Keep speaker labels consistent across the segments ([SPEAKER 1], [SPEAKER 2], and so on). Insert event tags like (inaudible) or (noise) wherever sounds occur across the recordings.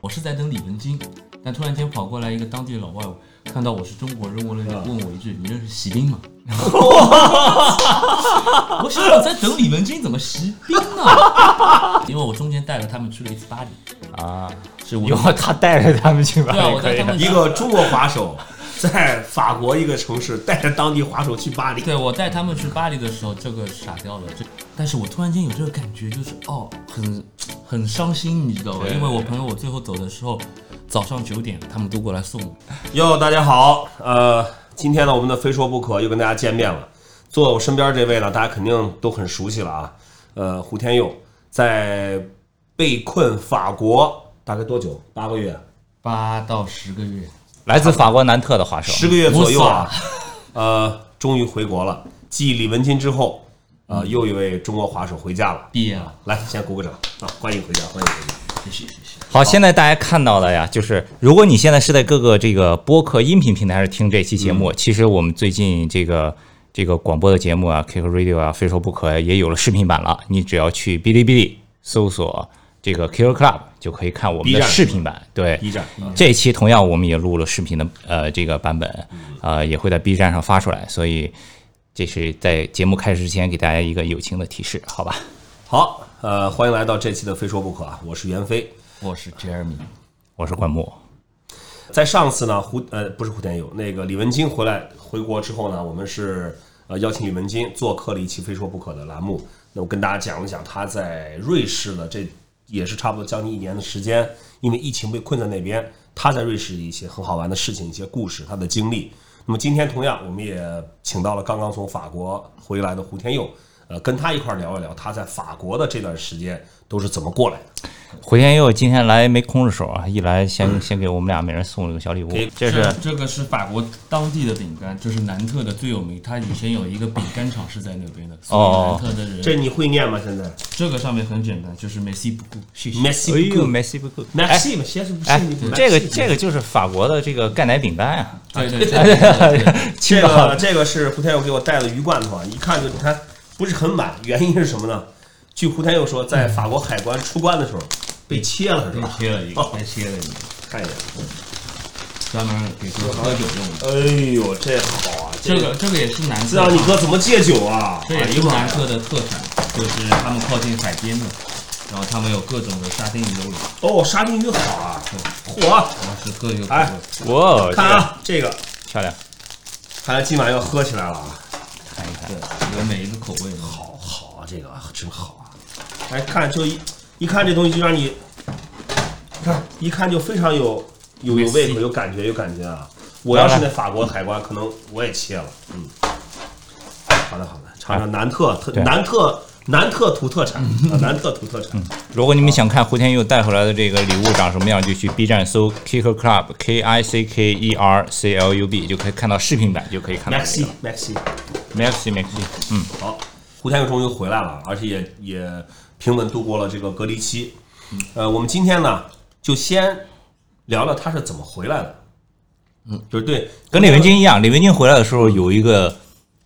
[SPEAKER 1] 我是在等李文金，但突然间跑过来一个当地老外，看到我是中国人，问了问我一句：“你认识席 (laughs) 斌吗？”我想我在等李文金，怎么席斌呢？ (laughs) 因为我中间带着他们去了一次巴黎，
[SPEAKER 2] 啊，
[SPEAKER 1] 是我
[SPEAKER 2] 以后他带着他们去吧
[SPEAKER 1] 对啊，
[SPEAKER 2] 也
[SPEAKER 1] 我
[SPEAKER 2] 可
[SPEAKER 1] 带
[SPEAKER 2] 以
[SPEAKER 1] 他。们
[SPEAKER 3] 一个中国滑手在法国一个城市带着当地滑手去巴黎，
[SPEAKER 1] 对我带他们去巴黎的时候，这个傻掉了。这，但是我突然间有这个感觉，就是哦，很很伤心，你知道吧？
[SPEAKER 3] 对
[SPEAKER 1] 因为我朋友我最后走的时候，早上九点他们都过来送我。
[SPEAKER 3] 哟，大家好，呃，今天呢，我们的非说不可又跟大家见面了。坐我身边这位呢，大家肯定都很熟悉了啊，呃，胡天佑在被困法国大概多久？八个月，
[SPEAKER 1] 八到十个月，
[SPEAKER 2] 来自法国南特的滑手，
[SPEAKER 3] 十个月左右啊，呃，终于回国了。继李文金之后，呃，又一位中国滑手回家了。
[SPEAKER 1] 毕业了，
[SPEAKER 3] 来，先鼓个掌啊，欢迎回家，欢迎回家。
[SPEAKER 1] 谢谢谢谢。
[SPEAKER 2] 好，现在大家看到了呀，就是如果你现在是在各个这个播客音频平台上听这期节
[SPEAKER 1] 嗯
[SPEAKER 2] 目，其实我们最近这个这个广播的节目啊，Kick Radio 啊，非说不可也有了视频版了。你只要去哔哩哔哩搜索这个 Kick Club 就可以看我们
[SPEAKER 3] B
[SPEAKER 2] 的
[SPEAKER 3] 站
[SPEAKER 2] 视频版。对，
[SPEAKER 3] B 站
[SPEAKER 1] 嗯
[SPEAKER 3] 啊，
[SPEAKER 2] 这一期同样我们也录了视频的呃这个版本，
[SPEAKER 1] 嗯
[SPEAKER 2] 呃也会在 B 站上发出来，所以这是在节目开始之前给大家一个友情的提示，好吧？
[SPEAKER 3] 好，呃，欢迎来到这期的非说不可啊，我是袁飞。
[SPEAKER 1] 我是 Jeremy，
[SPEAKER 2] 我是关墨，
[SPEAKER 3] 在上次呢，胡呃不是胡天佑，那个李文金回来回国之后呢，我们是呃邀请李文金做客了一期《非说不可》的栏目。那我跟大家讲了讲他在瑞士的这也是差不多将近一年的时间，因为疫情被困在那边，他在瑞士的一些很好玩的事情、一些故事、他的经历。那么今天同样，我们也请到了刚刚从法国呃回来的胡天佑，呃，跟他一块儿聊一聊他在法国的这段时间都是怎么过来的。
[SPEAKER 2] 胡天佑今天来没空着手啊，一来先、先给我们俩每人送了个小礼物
[SPEAKER 3] 嗯给，
[SPEAKER 2] 这是
[SPEAKER 1] 这个是法国当地的饼干，这是南特的最有名。他以前有一个饼干厂是在那边的，所
[SPEAKER 2] 哦
[SPEAKER 1] 以南特的人，
[SPEAKER 3] 这你会念吗？现在
[SPEAKER 1] 这个上面很简单，就是 Merci beaucoup，谢谢。
[SPEAKER 3] Messi
[SPEAKER 2] 哎呦，Messi 不够，哎
[SPEAKER 3] Maxim，先是不
[SPEAKER 2] 哎
[SPEAKER 3] 信你，
[SPEAKER 2] 这个这个就是法国的这个钙奶饼干啊，
[SPEAKER 1] 对对对对对对
[SPEAKER 3] (laughs)
[SPEAKER 2] 青
[SPEAKER 3] 这
[SPEAKER 2] 岛
[SPEAKER 3] 个这个是胡天佑给我带的鱼罐头啊，一看就你看不是很满，原因是什么呢？据胡天佑说，在法国海关出关的时候被切了是
[SPEAKER 1] 对，
[SPEAKER 3] 吧？
[SPEAKER 1] 贴了一个，还贴了一个，
[SPEAKER 3] 看一眼，
[SPEAKER 1] 专门给哥喝酒用的。
[SPEAKER 3] 哎呦，这好啊，
[SPEAKER 1] 这个这个也是南特
[SPEAKER 3] 这让
[SPEAKER 1] 的
[SPEAKER 3] 你哥怎么戒酒啊？
[SPEAKER 1] 这也
[SPEAKER 3] 哎
[SPEAKER 1] 是
[SPEAKER 3] 呦妈
[SPEAKER 1] 南
[SPEAKER 3] 呀
[SPEAKER 1] 特的特产，就是他们靠近海边的，然后他们有各种的沙丁鱼肉，
[SPEAKER 3] 哦，沙丁鱼好啊，嚯！
[SPEAKER 1] 然后是各有口
[SPEAKER 3] 哎
[SPEAKER 1] 味。
[SPEAKER 2] 哇，这
[SPEAKER 3] 看
[SPEAKER 2] 个
[SPEAKER 3] 啊，这个
[SPEAKER 2] 漂亮，
[SPEAKER 3] 看来今晚要喝起来了啊，
[SPEAKER 2] 看一看，
[SPEAKER 1] 对，有每一个口味好。
[SPEAKER 3] 好好啊，这个真好啊！哎，看就一一看这东西就让你，看一看就非常有有有胃口，有感觉，有感觉啊！我要是那法国的海关，可能我也切了。嗯，好的好的，尝尝南特特
[SPEAKER 2] 对
[SPEAKER 3] 南特南特土特产啊，南特土特产。
[SPEAKER 2] 如果你们想看胡天佑带回来的这个礼物长什么样，就去 B 站搜 Kicker Club K I C K E R C L U B，就可以看到视频版，就可以看到
[SPEAKER 3] Maxi Maxi，
[SPEAKER 2] Maxi Maxi，嗯，
[SPEAKER 3] 好，胡天佑终于回来了，而且也也平稳度过了这个隔离期。呃，我们今天呢，就先聊聊他是怎么回来的。嗯，就是对，
[SPEAKER 2] 跟李文金一样，李文金回来的时候有一个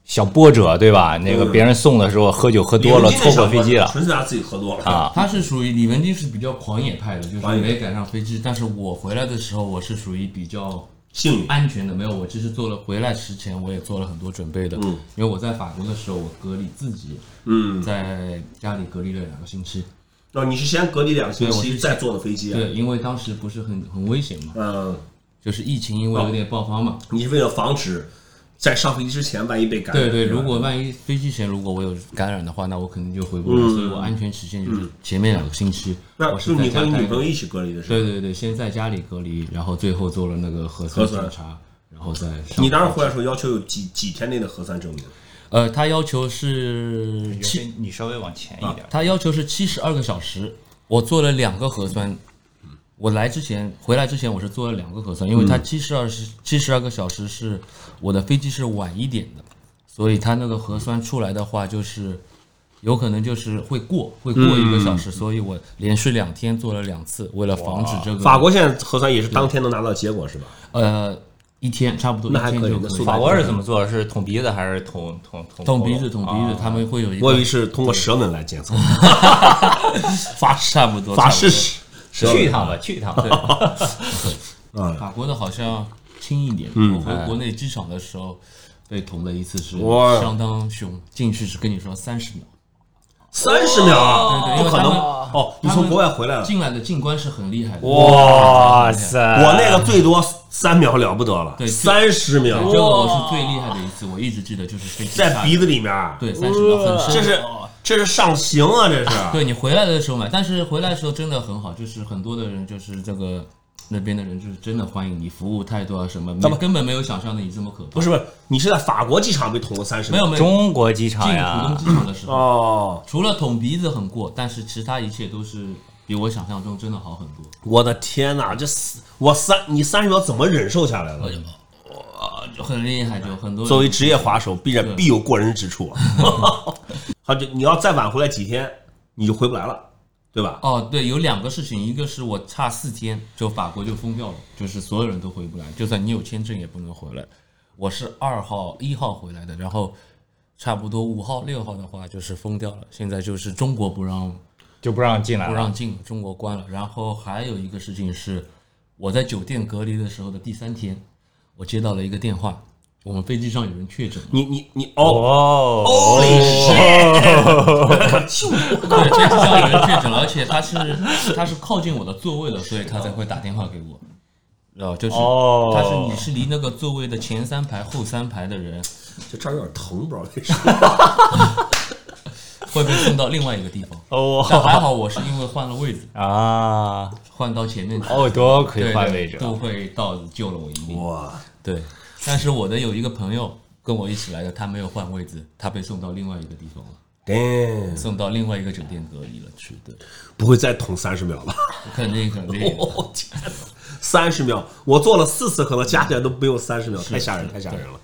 [SPEAKER 2] 小波折，对吧？那个别人送的时候喝酒喝多了，
[SPEAKER 3] 嗯李文金
[SPEAKER 2] 错
[SPEAKER 3] 那
[SPEAKER 2] 过
[SPEAKER 3] 场
[SPEAKER 2] 飞机了
[SPEAKER 3] 纯是他自己喝多了
[SPEAKER 2] 啊。
[SPEAKER 1] 他是属于李文金是比较狂野派的，就是
[SPEAKER 3] 狂野
[SPEAKER 1] 没赶上飞机。但是我回来的时候，我是属于比较
[SPEAKER 3] 幸运。
[SPEAKER 1] 安全的，没有。我其实做了回来之前，我也做了很多准备的。
[SPEAKER 3] 嗯，
[SPEAKER 1] 因为我在法国的时候，我隔离自己
[SPEAKER 3] 嗯，
[SPEAKER 1] 在家里隔离了两个星期。
[SPEAKER 3] 哦，你是先隔离两个星
[SPEAKER 1] 对我
[SPEAKER 3] 期
[SPEAKER 1] 是
[SPEAKER 3] 再坐的飞机啊？
[SPEAKER 1] 对，因为当时不是很很危险嘛，
[SPEAKER 3] 嗯，
[SPEAKER 1] 就是疫情因为有点爆发嘛。
[SPEAKER 3] 你是为了防止在上飞机之前万一被感染。
[SPEAKER 1] 对对，
[SPEAKER 3] 是吧
[SPEAKER 1] 如果万一飞机前如果我有感染的话，那我肯定就回不了，所以我安全期限就是前面两个星期，
[SPEAKER 3] 嗯那
[SPEAKER 1] 我是
[SPEAKER 3] 就是
[SPEAKER 1] 在
[SPEAKER 3] 你
[SPEAKER 1] 家
[SPEAKER 3] 和你
[SPEAKER 1] 待
[SPEAKER 3] 女朋友
[SPEAKER 1] 着。
[SPEAKER 3] 一起隔离的是吧？
[SPEAKER 1] 对对对，先在家里隔离，然后最后做了那个核酸
[SPEAKER 3] 核酸
[SPEAKER 1] 检查，然后再上
[SPEAKER 3] 你当时回来的时候要求有几几天内的核酸证明？
[SPEAKER 1] 呃，他要求是七，
[SPEAKER 2] 你稍微往前一点，
[SPEAKER 1] 他要求是七十二个小时，我做了两个核酸。我来之前，回来之前我是做了两个核酸，因为
[SPEAKER 3] 嗯
[SPEAKER 1] 他七十二是七十二个小时是我的飞机是晚一点的，所以他那个核酸出来的话就是有可能就是会过会过一个小
[SPEAKER 3] 嗯
[SPEAKER 1] 时，所以我连续两天做了两次，为了防止这个
[SPEAKER 3] 法国现在核酸也是当天能拿到结果是吧？
[SPEAKER 1] 呃一天差不多
[SPEAKER 3] 那还
[SPEAKER 1] 一天
[SPEAKER 3] 可以
[SPEAKER 1] 就
[SPEAKER 3] 那
[SPEAKER 1] 可以
[SPEAKER 3] 速度
[SPEAKER 1] 了。
[SPEAKER 2] 法国是怎么做？是捅鼻子还是捅捅捅
[SPEAKER 1] 捅鼻子，
[SPEAKER 2] 喉
[SPEAKER 1] 捅
[SPEAKER 2] 咙
[SPEAKER 1] 鼻子，他们会有一
[SPEAKER 3] 啊我以
[SPEAKER 1] 个
[SPEAKER 3] 为是通过舌吻来检测，
[SPEAKER 1] (laughs) 法差不多
[SPEAKER 3] 法
[SPEAKER 1] 差不多
[SPEAKER 3] 式是
[SPEAKER 2] 去一趟吧，去一趟。
[SPEAKER 1] (laughs)
[SPEAKER 2] 对，
[SPEAKER 1] 法国的好像轻一点。
[SPEAKER 3] 嗯
[SPEAKER 1] 我回国内机场的时候被捅了一次是
[SPEAKER 3] 哇
[SPEAKER 1] 相当凶，进去只跟你说三十秒。
[SPEAKER 3] 三十秒啊，
[SPEAKER 1] 对对因为
[SPEAKER 3] 不可能
[SPEAKER 1] 他们
[SPEAKER 3] 哦！你从国外回来了，
[SPEAKER 1] 进来的进关是很厉害的。
[SPEAKER 2] 哇塞，
[SPEAKER 3] 我那个最多三秒了不得了，
[SPEAKER 1] 对
[SPEAKER 3] 三十秒
[SPEAKER 1] 对，这个我是最厉害的一次，我一直记得就是飞机
[SPEAKER 3] 在
[SPEAKER 1] 下
[SPEAKER 3] 鼻子里面，啊
[SPEAKER 1] 对三十秒很深。
[SPEAKER 3] 这是这是上刑啊，这是。
[SPEAKER 1] 对你回来的时候买，但是回来的时候真的很好，就是很多的人就是这个那边的人就是真的欢迎你，服务态度啊什么，没根本没有想象的你这么可怕。
[SPEAKER 3] 不是不是，你是在法国机场被捅了三十
[SPEAKER 1] 没
[SPEAKER 3] 秒？
[SPEAKER 1] 有没有，进
[SPEAKER 2] 中国机
[SPEAKER 3] 哎
[SPEAKER 2] 场
[SPEAKER 1] 浦东
[SPEAKER 2] 呀，
[SPEAKER 1] 机场的时候，
[SPEAKER 3] 哦，
[SPEAKER 1] 除了捅鼻子很过，但是其他一切都是比我想象中真的好很多。
[SPEAKER 3] 我的天哪，这四我三你三十秒怎么忍受下来的？
[SPEAKER 1] 啊，就很厉害，就很多人
[SPEAKER 3] 作为职业滑手，必然
[SPEAKER 1] 对
[SPEAKER 3] 必有过人之
[SPEAKER 1] (laughs)
[SPEAKER 3] 处。啊好，就你要再晚回来几天，你就回不来了，对吧？
[SPEAKER 1] 哦，对，有两个事情，一个是我差四天，就法国就封掉了，就是所有人都回不来，就算你有签证也不能回来。我是二号、一号回来的，然后差不多五号、六号的话就是封掉了。现在就是中国不让
[SPEAKER 2] 就不让进来
[SPEAKER 1] 不
[SPEAKER 2] 了。
[SPEAKER 1] 让进，中国关了。然后还有一个事情是，我在酒店隔离的时候的第三天，我接到了一个电话，我们飞机上有人确
[SPEAKER 2] (laughs)
[SPEAKER 1] 诊了。
[SPEAKER 3] 你你你哦，
[SPEAKER 2] 哦，
[SPEAKER 1] 对，飞机上有人确诊了，而且他是他是靠近我的座位的，所以他才会打电话给我。然后就是，
[SPEAKER 2] 哦
[SPEAKER 1] 他是你是离那个座位的前三排、后三排的人
[SPEAKER 3] 这这儿有点疼，不知道为啥。
[SPEAKER 1] (laughs) 会被送到另外一个地方。但
[SPEAKER 2] 哦
[SPEAKER 1] 还好我是因为换了位置，
[SPEAKER 2] 啊，
[SPEAKER 1] 换到前面去，
[SPEAKER 2] 哦，都可以
[SPEAKER 1] 对，
[SPEAKER 2] 换
[SPEAKER 1] 对
[SPEAKER 2] 位置了。
[SPEAKER 1] 都会到救了我一命。
[SPEAKER 3] 哇，
[SPEAKER 1] 对，但是我的有一个朋友跟我一起来的，他没有换位置，他被送到另外一个地方了，
[SPEAKER 3] damn，
[SPEAKER 1] 送到另外一个酒店隔离了去的。
[SPEAKER 3] 不会再捅三十秒
[SPEAKER 1] (laughs)
[SPEAKER 3] 吧？
[SPEAKER 1] 肯定肯
[SPEAKER 3] (laughs)
[SPEAKER 1] 定，
[SPEAKER 3] 我天，三十秒，我做了四次，可能加起来都没有三十秒，太吓人，太吓人了。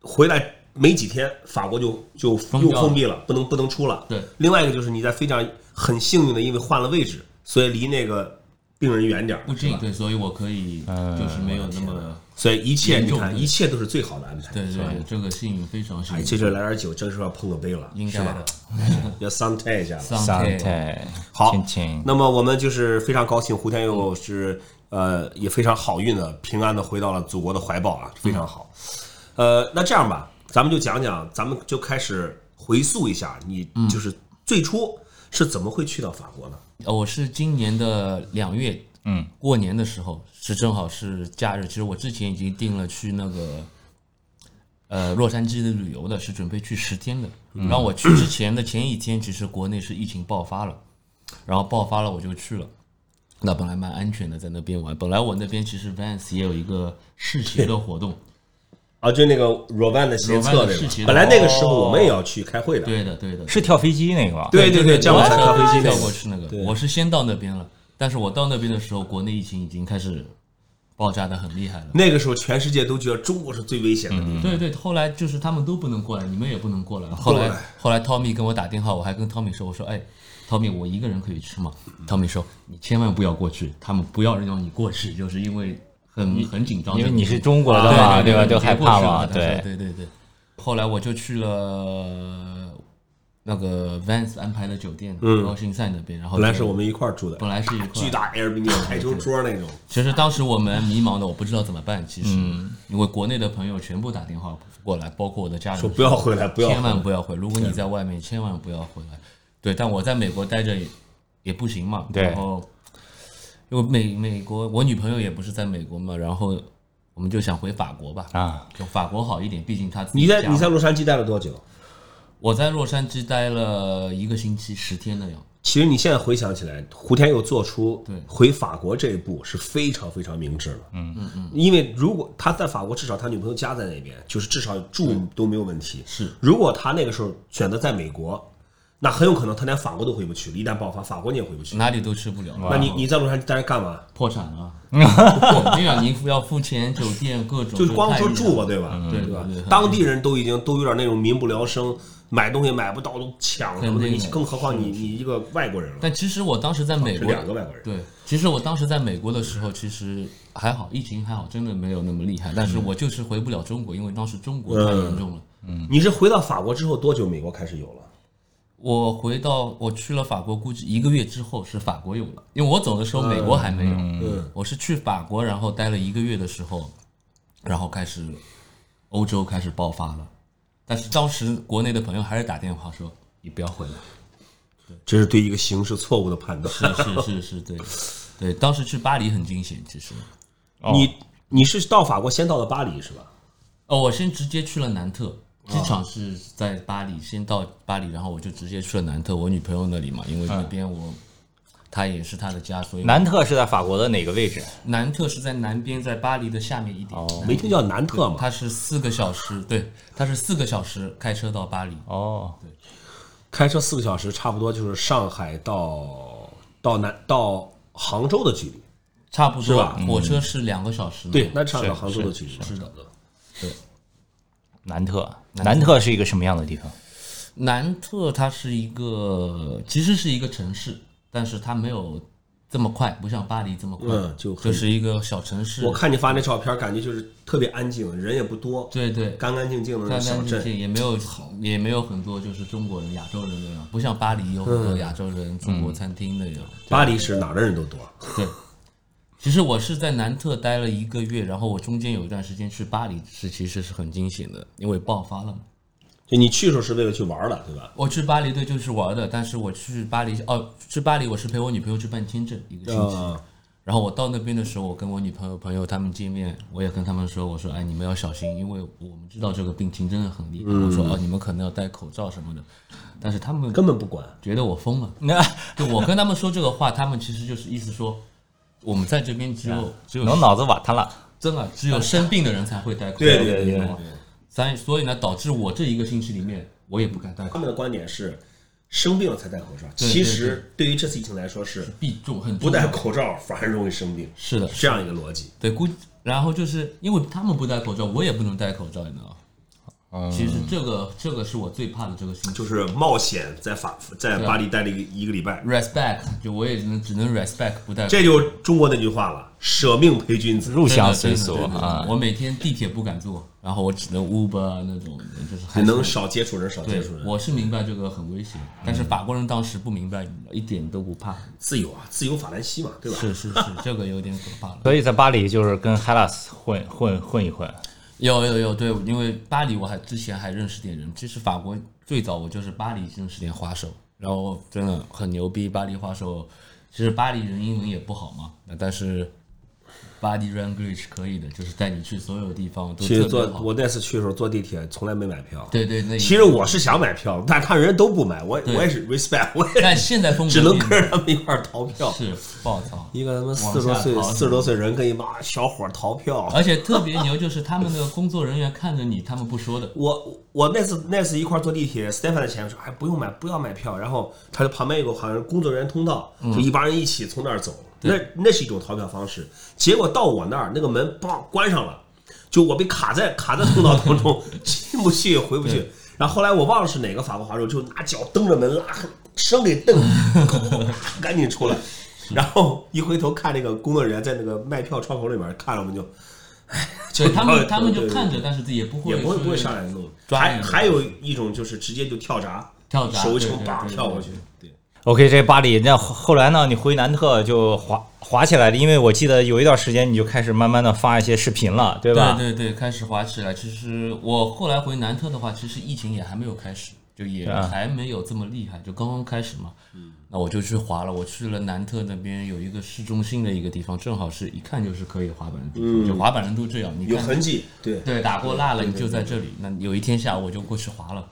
[SPEAKER 3] 回来没几天，法国就就
[SPEAKER 1] 掉
[SPEAKER 3] 又
[SPEAKER 1] 了
[SPEAKER 3] 封闭了，不能不能出了。
[SPEAKER 1] 对
[SPEAKER 3] 另外一个就是你在飞机上很幸运的，因为换了位置，所以离那个病人远点儿
[SPEAKER 1] 不，
[SPEAKER 3] 是
[SPEAKER 1] 近
[SPEAKER 3] 吧
[SPEAKER 1] 对，所以我可以
[SPEAKER 3] 呃
[SPEAKER 1] 就是没有那么。
[SPEAKER 3] 所以一切
[SPEAKER 1] 严
[SPEAKER 3] 你
[SPEAKER 1] 重
[SPEAKER 3] 看，
[SPEAKER 1] 对
[SPEAKER 3] 一切都是最好的安排，
[SPEAKER 1] 对
[SPEAKER 3] 是吧？
[SPEAKER 1] 对，这个幸运非常幸
[SPEAKER 3] 哎，
[SPEAKER 1] 运，
[SPEAKER 3] 这这来点酒，真是要碰个杯了，
[SPEAKER 1] 应
[SPEAKER 3] 是
[SPEAKER 1] 该
[SPEAKER 3] 吧
[SPEAKER 1] 的？。
[SPEAKER 3] 要桑泰一下了。
[SPEAKER 1] 桑
[SPEAKER 2] 三
[SPEAKER 1] 泰，
[SPEAKER 2] 太
[SPEAKER 3] 好
[SPEAKER 2] 亲亲，
[SPEAKER 3] 那么我们就是非常高兴，胡天佑是呃也非常好运的，平安的回到了祖国的怀抱啊，非常好。呃，那这样吧，咱们就讲讲，咱们就开始回溯一下，你就是最初是怎么会去到法国呢？
[SPEAKER 1] 呃我是今年的两月，
[SPEAKER 2] 嗯，
[SPEAKER 1] 过年的时候是正好是假日。其实我之前已经定了去那个，呃，洛杉矶的旅游的，是准备去十天的。
[SPEAKER 3] 嗯
[SPEAKER 1] 然后我去之前的前一天，其实国内是疫情爆发了，然后爆发了我就去了。那本来蛮安全的，在那边玩。本来我那边其实 Vans 也有一个试鞋的活动，
[SPEAKER 3] 啊，就那个 Rovan 的斜侧
[SPEAKER 1] Rovan 的
[SPEAKER 3] 这
[SPEAKER 1] 视觉
[SPEAKER 3] 个，
[SPEAKER 1] 的
[SPEAKER 3] 本来那个时候我们也要去开会的，
[SPEAKER 1] 对的，对的，
[SPEAKER 2] 是跳飞机那个吗？
[SPEAKER 3] 对对对，这样我才
[SPEAKER 1] 跳
[SPEAKER 3] 看飞机
[SPEAKER 1] 跳
[SPEAKER 3] 那
[SPEAKER 1] 过
[SPEAKER 3] 个。
[SPEAKER 1] 去那个，我是先到那边了，但是我到那边的时候，国内疫情已经开始爆炸的很厉害了。
[SPEAKER 3] 那个时候全世界都觉得中国是最危险的地
[SPEAKER 2] 嗯
[SPEAKER 3] 方。
[SPEAKER 1] 对对，后来就是他们都不能过来，你们也不能过来。后来后来，Tommy 跟我打电话，我还跟 Tommy 说，我说，哎，Tommy，我一个人可以去吗？Tommy 说，嗯你千万不要过去，他们不要让你过去，就是因为很很紧张。
[SPEAKER 2] 因为
[SPEAKER 1] 这个
[SPEAKER 2] 你是中国的嘛，
[SPEAKER 1] 啊对
[SPEAKER 2] 对吧？就害怕嘛，
[SPEAKER 1] 嘛，
[SPEAKER 2] 对。
[SPEAKER 1] 对对对。后来我就去了那个 Vans 安排的酒店，高新赛那边，然后
[SPEAKER 3] 本来是
[SPEAKER 1] 就
[SPEAKER 3] 我们一块儿住的，
[SPEAKER 1] 本来是一块
[SPEAKER 3] 巨大 Airbnb 台球桌那种。
[SPEAKER 1] 其实当时我们迷茫的，我不知道怎么办。其实，
[SPEAKER 2] 嗯
[SPEAKER 1] 因为国内的朋友全部打电话过来，包括我的家人
[SPEAKER 3] 说不要回来不要回来
[SPEAKER 1] 千万不要回来。如果你在外面，千万不要回来。对，但我在美国待着也也不行嘛。
[SPEAKER 2] 对
[SPEAKER 1] 然后，因为美美国，我女朋友也不是在美国嘛，然后我们就想回法国吧。
[SPEAKER 2] 啊，
[SPEAKER 1] 就法国好一点，毕竟她自己
[SPEAKER 3] 你在
[SPEAKER 1] 家
[SPEAKER 3] 你在洛杉矶待了多久？
[SPEAKER 1] 我在洛杉矶待了一个星期，十天的样子。
[SPEAKER 3] 其实你现在回想起来，胡天佑做出
[SPEAKER 1] 对
[SPEAKER 3] 回法国这一步是非常非常明智的。嗯嗯嗯，因为如果他在法国，至少他女朋友家在那边，就是至少住都没有问题。
[SPEAKER 1] 是
[SPEAKER 3] 如果他那个时候选择在美国，那很有可能他连法国都回不去了。一旦爆发，法国你也回不去。
[SPEAKER 1] 哪里都去不了。
[SPEAKER 3] 那你你在洛杉矶待着干嘛？
[SPEAKER 1] 破产
[SPEAKER 3] (laughs)
[SPEAKER 1] 了，肯定啊！您要付钱，酒店各种
[SPEAKER 3] 就是光说
[SPEAKER 1] 太厉害
[SPEAKER 3] 住吧，对吧？
[SPEAKER 1] 对
[SPEAKER 3] 对吧
[SPEAKER 1] 对对？
[SPEAKER 3] 当地人都已经都有点那种民不聊生，买东西买不到都抢什么
[SPEAKER 1] 肯
[SPEAKER 3] 的，
[SPEAKER 1] 定
[SPEAKER 3] 你
[SPEAKER 1] 的
[SPEAKER 3] 更何况你你一个外国人了，
[SPEAKER 1] 但其实我当时在美
[SPEAKER 3] 是
[SPEAKER 1] 国，
[SPEAKER 3] 哦两个外国人。
[SPEAKER 1] 对，其实我当时在美国的时候，其实还好，疫情还好，真的没有那么厉害。但是我就是回不了中国，因为当时中国太严重了。
[SPEAKER 3] 你是回到法国之后多久美国开始有了？
[SPEAKER 1] 我回到我去了法国，估计一个月之后是法国有了，因为我走的时候美国还没有。
[SPEAKER 3] 嗯
[SPEAKER 1] 我是去法国，然后待了一个月的时候，然后开始欧洲开始爆发了。但是当时国内的朋友还是打电话说：“你不要回来。
[SPEAKER 3] 这是对一个形势错误的判断。
[SPEAKER 1] 是”是是是，对，对。当时去巴黎很惊险，其实。
[SPEAKER 3] 你你是到法国先到的巴黎是吧？
[SPEAKER 1] 哦，我先直接去了南特，机
[SPEAKER 3] 啊
[SPEAKER 1] 场是在巴黎，先到巴黎，然后我就直接去了南特，我女朋友那里嘛，因为那
[SPEAKER 3] 啊
[SPEAKER 1] 边我，她也是她的家，所以
[SPEAKER 2] 南特是在法国的哪个位置？
[SPEAKER 1] 南特是在南边，在巴黎的下面一点。
[SPEAKER 2] 哦
[SPEAKER 3] 没听叫南特嘛？
[SPEAKER 1] 它是四个小时，对，它是四个小时开车到巴黎。
[SPEAKER 2] 哦，
[SPEAKER 3] 开车四个小时，差不多就是上海到到南到杭州的距离。
[SPEAKER 1] 嗯差不
[SPEAKER 3] 是
[SPEAKER 1] 多
[SPEAKER 3] 吧，嗯
[SPEAKER 1] 火车是两个小时。
[SPEAKER 3] 对，，那上海到
[SPEAKER 2] 是
[SPEAKER 3] 杭州的距离是的。
[SPEAKER 2] 南特，南特是一个什么样的地方？
[SPEAKER 1] 南特它是一个，其实是一个城市，但是它没有这么快，不像巴黎这么快，
[SPEAKER 3] 嗯就很
[SPEAKER 1] 是一个小城市
[SPEAKER 3] 我。看你发那照片，感觉就是特别安静，人也不多，
[SPEAKER 1] 对对，
[SPEAKER 3] 干干净净的
[SPEAKER 1] 干
[SPEAKER 3] 那种小
[SPEAKER 1] 干净
[SPEAKER 3] 镇。
[SPEAKER 1] 净，也没有也没有很多就是中国人、亚洲人那样，不像巴黎有很
[SPEAKER 3] 嗯
[SPEAKER 1] 多亚洲人、中国餐厅那样。
[SPEAKER 3] 巴黎是哪儿的人都多，
[SPEAKER 1] 对，其实我是在南特待了一个月，然后我中间有一段时间去巴黎是其实是很惊险的，因为爆发了嘛。
[SPEAKER 3] 就你去的时候是为了去玩的，对吧？
[SPEAKER 1] 我去巴黎对就是玩的，但是我去巴黎哦，去巴黎我是陪我女朋友去办签证一个星期。
[SPEAKER 3] 啊，
[SPEAKER 1] 然后我到那边的时候，我跟我女朋友朋友他们见面，我也跟他们说，我说哎，你们要小心，因为我们知道这个病情真的很厉害。我
[SPEAKER 3] 嗯
[SPEAKER 1] 说哦，你们可能要戴口罩什么的，但是他们
[SPEAKER 3] 根本不管。
[SPEAKER 1] 觉得我疯了。
[SPEAKER 2] 那
[SPEAKER 1] 就我跟他们说这个话，他们其实就是意思说，我们在这边只有只有
[SPEAKER 2] 能脑子瓦特了。
[SPEAKER 1] 真的只有生病的人才会戴口罩，
[SPEAKER 3] 对对对对
[SPEAKER 1] 你懂吗所以所以呢，导致我这一个星期里面，我也不敢戴
[SPEAKER 3] 他
[SPEAKER 1] 口罩，
[SPEAKER 3] 们的观点是，生病了才戴口罩。
[SPEAKER 1] 对
[SPEAKER 3] 其实对于这次疫情来说是
[SPEAKER 1] 必中很
[SPEAKER 3] 不
[SPEAKER 1] 重要
[SPEAKER 3] 戴口罩反而容易生病，
[SPEAKER 1] 是的，
[SPEAKER 3] 是这样一个逻辑。
[SPEAKER 1] 对，估计然后就是因为他们不戴口罩，我也不能戴口罩，你知道吗？
[SPEAKER 3] 嗯
[SPEAKER 1] 其实这个这个是我最怕的这个星期
[SPEAKER 3] 就是冒险在法在
[SPEAKER 1] 啊
[SPEAKER 3] 巴黎待了一个一个礼拜，
[SPEAKER 1] ，respect，就我也只能只能 respect 不戴口罩。
[SPEAKER 3] 这就中国那句话了：舍命陪君子。
[SPEAKER 2] 入
[SPEAKER 1] 真
[SPEAKER 2] 乡
[SPEAKER 1] 的
[SPEAKER 2] 随
[SPEAKER 1] 真的
[SPEAKER 2] 俗
[SPEAKER 1] 对对对
[SPEAKER 2] 啊！
[SPEAKER 1] 我每天地铁不敢坐，然后我只能 Uber 啊那种，就是还
[SPEAKER 3] 你
[SPEAKER 1] 是
[SPEAKER 3] 能少接触人，少接
[SPEAKER 1] 对
[SPEAKER 3] 触，人，
[SPEAKER 1] 我是明白这个很危险，但是法国人当时不明白，一点都不怕。
[SPEAKER 3] 自由啊，自由法兰西嘛，对
[SPEAKER 1] (laughs)
[SPEAKER 3] 吧？
[SPEAKER 1] 是是是，这个有点可怕了。
[SPEAKER 2] 所以在巴黎就是跟 Hellas 混混混一混。
[SPEAKER 1] 有有有，对，因为巴黎我还之前还认识点人，其实法国最早我就是巴黎认识点花手，然后真的很牛逼，巴黎花手，其实巴黎人英文也不好嘛，那但是。巴黎 language 可以的，就是带你去所有地方都
[SPEAKER 3] 其实
[SPEAKER 1] 特
[SPEAKER 3] 坐
[SPEAKER 1] 别好。
[SPEAKER 3] 我那次去的时候坐地铁从来没买票，
[SPEAKER 1] 对对，那一
[SPEAKER 3] 其实我是想买票，但看人都不买，我我也是 respect，我也
[SPEAKER 1] 但现在风格
[SPEAKER 3] 只能
[SPEAKER 1] 变
[SPEAKER 3] 跟着他们一块儿逃票。
[SPEAKER 1] 是暴
[SPEAKER 3] (laughs)
[SPEAKER 1] 躁，
[SPEAKER 3] 一个他妈
[SPEAKER 1] 往
[SPEAKER 3] 四十多
[SPEAKER 1] 下
[SPEAKER 3] 岁
[SPEAKER 1] 逃
[SPEAKER 3] 四十多岁人跟一帮小伙儿逃
[SPEAKER 1] (laughs)
[SPEAKER 3] 票，
[SPEAKER 1] 而且特别牛，就是他们的工作人员看着你，他们不说的。
[SPEAKER 3] 我我那次那次一块儿坐地铁，Stefan 的前面说，哎，不用买，不要买票。然后他就旁边有个好像工作人员通道，就一帮人一起从那儿走，那那是一种逃票方式。结果到我那儿，那个门嘣关上了，就我被卡在卡在通道当中， (laughs) 进不去也回不去。然后后来我忘了是哪个法国滑手，就拿脚蹬着门拉，生给蹬，赶紧出来。然后一回头看那个工作人员在那个卖票窗口里面看着我们就，
[SPEAKER 1] 对他
[SPEAKER 3] 对
[SPEAKER 1] 们，他们
[SPEAKER 3] 对
[SPEAKER 1] 就
[SPEAKER 3] 对
[SPEAKER 1] 看着，但是自己也不会
[SPEAKER 3] 也不会
[SPEAKER 1] 说
[SPEAKER 3] 不会上来弄。
[SPEAKER 1] 抓
[SPEAKER 3] 还
[SPEAKER 1] 你的
[SPEAKER 3] 还有一种就是直接就跳闸，
[SPEAKER 1] 跳闸
[SPEAKER 3] 手一
[SPEAKER 1] 对
[SPEAKER 3] 撑，
[SPEAKER 1] 对
[SPEAKER 3] 叭
[SPEAKER 1] 对对
[SPEAKER 3] 跳过
[SPEAKER 1] 对
[SPEAKER 3] 去
[SPEAKER 1] 对。
[SPEAKER 3] 对，
[SPEAKER 2] OK，这巴黎，那后后来呢？你回南特就滑滑起来了，因为我记得有一段时间你就开始慢慢的发一些视频了，对吧？
[SPEAKER 1] 对对，开始滑起来。其实我后来回南特的话，其实疫情也还没有开始，就也
[SPEAKER 2] 啊
[SPEAKER 1] 还没有这么厉害，就刚刚开始嘛。
[SPEAKER 3] 嗯
[SPEAKER 1] 那我就去滑了。我去了南特那边有一个市中心的一个地方，正好是一看就是可以滑板的地方，就滑板人都这样。你
[SPEAKER 3] 嗯有
[SPEAKER 1] 看
[SPEAKER 3] 痕迹。对，
[SPEAKER 1] 对，打过蜡了，你就在这里。那有一天下午我就过去滑了，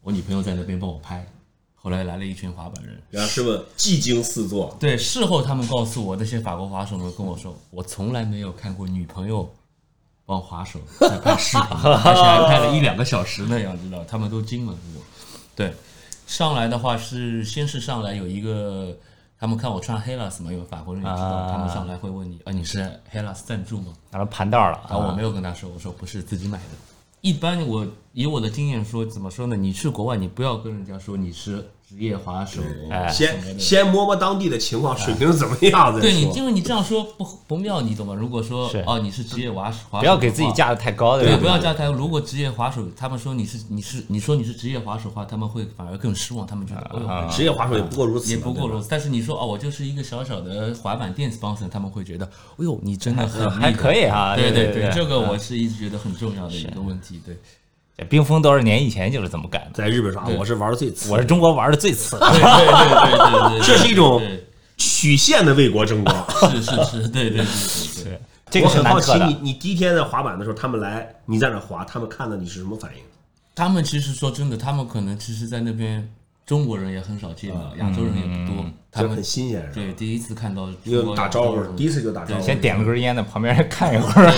[SPEAKER 1] 我女朋友在那边帮我拍，后来来了一群滑板人。
[SPEAKER 3] 然后师傅技惊四座，
[SPEAKER 1] 对，事后他们告诉我，那些法国滑手们跟我说，我从来没有看过女朋友帮滑手在拍视频，而且还拍了一两个小时那样，知道？他们都惊了我。对，上来的话是先是上来有一个，他们看我穿 Hellas 嘛，因为法国人也知道，他们上来会问你，啊，你是 Hellas 赞助吗？
[SPEAKER 2] 然后盘道了
[SPEAKER 1] 然后我
[SPEAKER 2] 啊，
[SPEAKER 1] 没有跟他说，我说不是自己买的。一般我以我的经验说，怎么说呢？你去国外，你不要跟人家说你是职业滑手，
[SPEAKER 2] 哎
[SPEAKER 3] 先先摸摸当地的情况，水平是怎么样的？
[SPEAKER 1] 哎对你，
[SPEAKER 3] 说
[SPEAKER 1] 因为你这样说不不妙，你懂吗？如果说
[SPEAKER 2] 是
[SPEAKER 1] 哦，你是职业滑手滑手的话，
[SPEAKER 2] 啊不要给自己架的太高的
[SPEAKER 1] 对，
[SPEAKER 2] 呀，
[SPEAKER 1] 不要加台。如果职业滑手，他们说你是你是你说你是职业滑手的话，他们会反而更失望，他们觉得哎
[SPEAKER 2] 啊
[SPEAKER 1] 呦。
[SPEAKER 3] 职业滑手也不过如此嘛，
[SPEAKER 1] 哎也不过
[SPEAKER 3] 对吧
[SPEAKER 1] 如此，但是你说哦，我就是一个小小的滑板店 sponsor，他们会觉得，哎呦，你真的很厉害
[SPEAKER 2] (laughs) 还可以啊
[SPEAKER 1] 对
[SPEAKER 2] 对对
[SPEAKER 1] 对
[SPEAKER 2] 对
[SPEAKER 1] 这个我是一直觉得很重要的一个问题。对，
[SPEAKER 2] 这冰封多少年以前就是这么干的。
[SPEAKER 3] 在日本说啊，我是玩的最次，
[SPEAKER 2] 我是中国玩的最
[SPEAKER 1] (laughs)
[SPEAKER 2] 次的，
[SPEAKER 1] 对对对对对对，
[SPEAKER 3] 这是一种
[SPEAKER 1] 对
[SPEAKER 3] 曲线的为国争光。
[SPEAKER 1] (laughs) 是是是，对对对对对。
[SPEAKER 2] 这
[SPEAKER 3] 我
[SPEAKER 2] 个是
[SPEAKER 3] 很
[SPEAKER 2] 难
[SPEAKER 3] 好奇
[SPEAKER 2] 磕，
[SPEAKER 3] 你
[SPEAKER 2] 的。
[SPEAKER 3] 你第一天在滑板的时候，他们来，你在那滑，他们看到你是什么反应？
[SPEAKER 1] 他们其实说真的，他们可能其实，在那边中国人也很少见
[SPEAKER 3] 啊
[SPEAKER 1] 到，亚洲人也不多，他
[SPEAKER 3] 就
[SPEAKER 1] 们
[SPEAKER 3] 嗯很新鲜，是吧？
[SPEAKER 1] 对第一次看到
[SPEAKER 3] 因
[SPEAKER 1] 中
[SPEAKER 3] 为
[SPEAKER 1] 国
[SPEAKER 3] 打
[SPEAKER 1] 亚
[SPEAKER 3] 招
[SPEAKER 1] 洲
[SPEAKER 3] 呼，
[SPEAKER 1] 人
[SPEAKER 3] 第一次就打招呼，
[SPEAKER 2] 先点了根烟，在旁边看
[SPEAKER 1] (laughs)
[SPEAKER 2] 一会儿。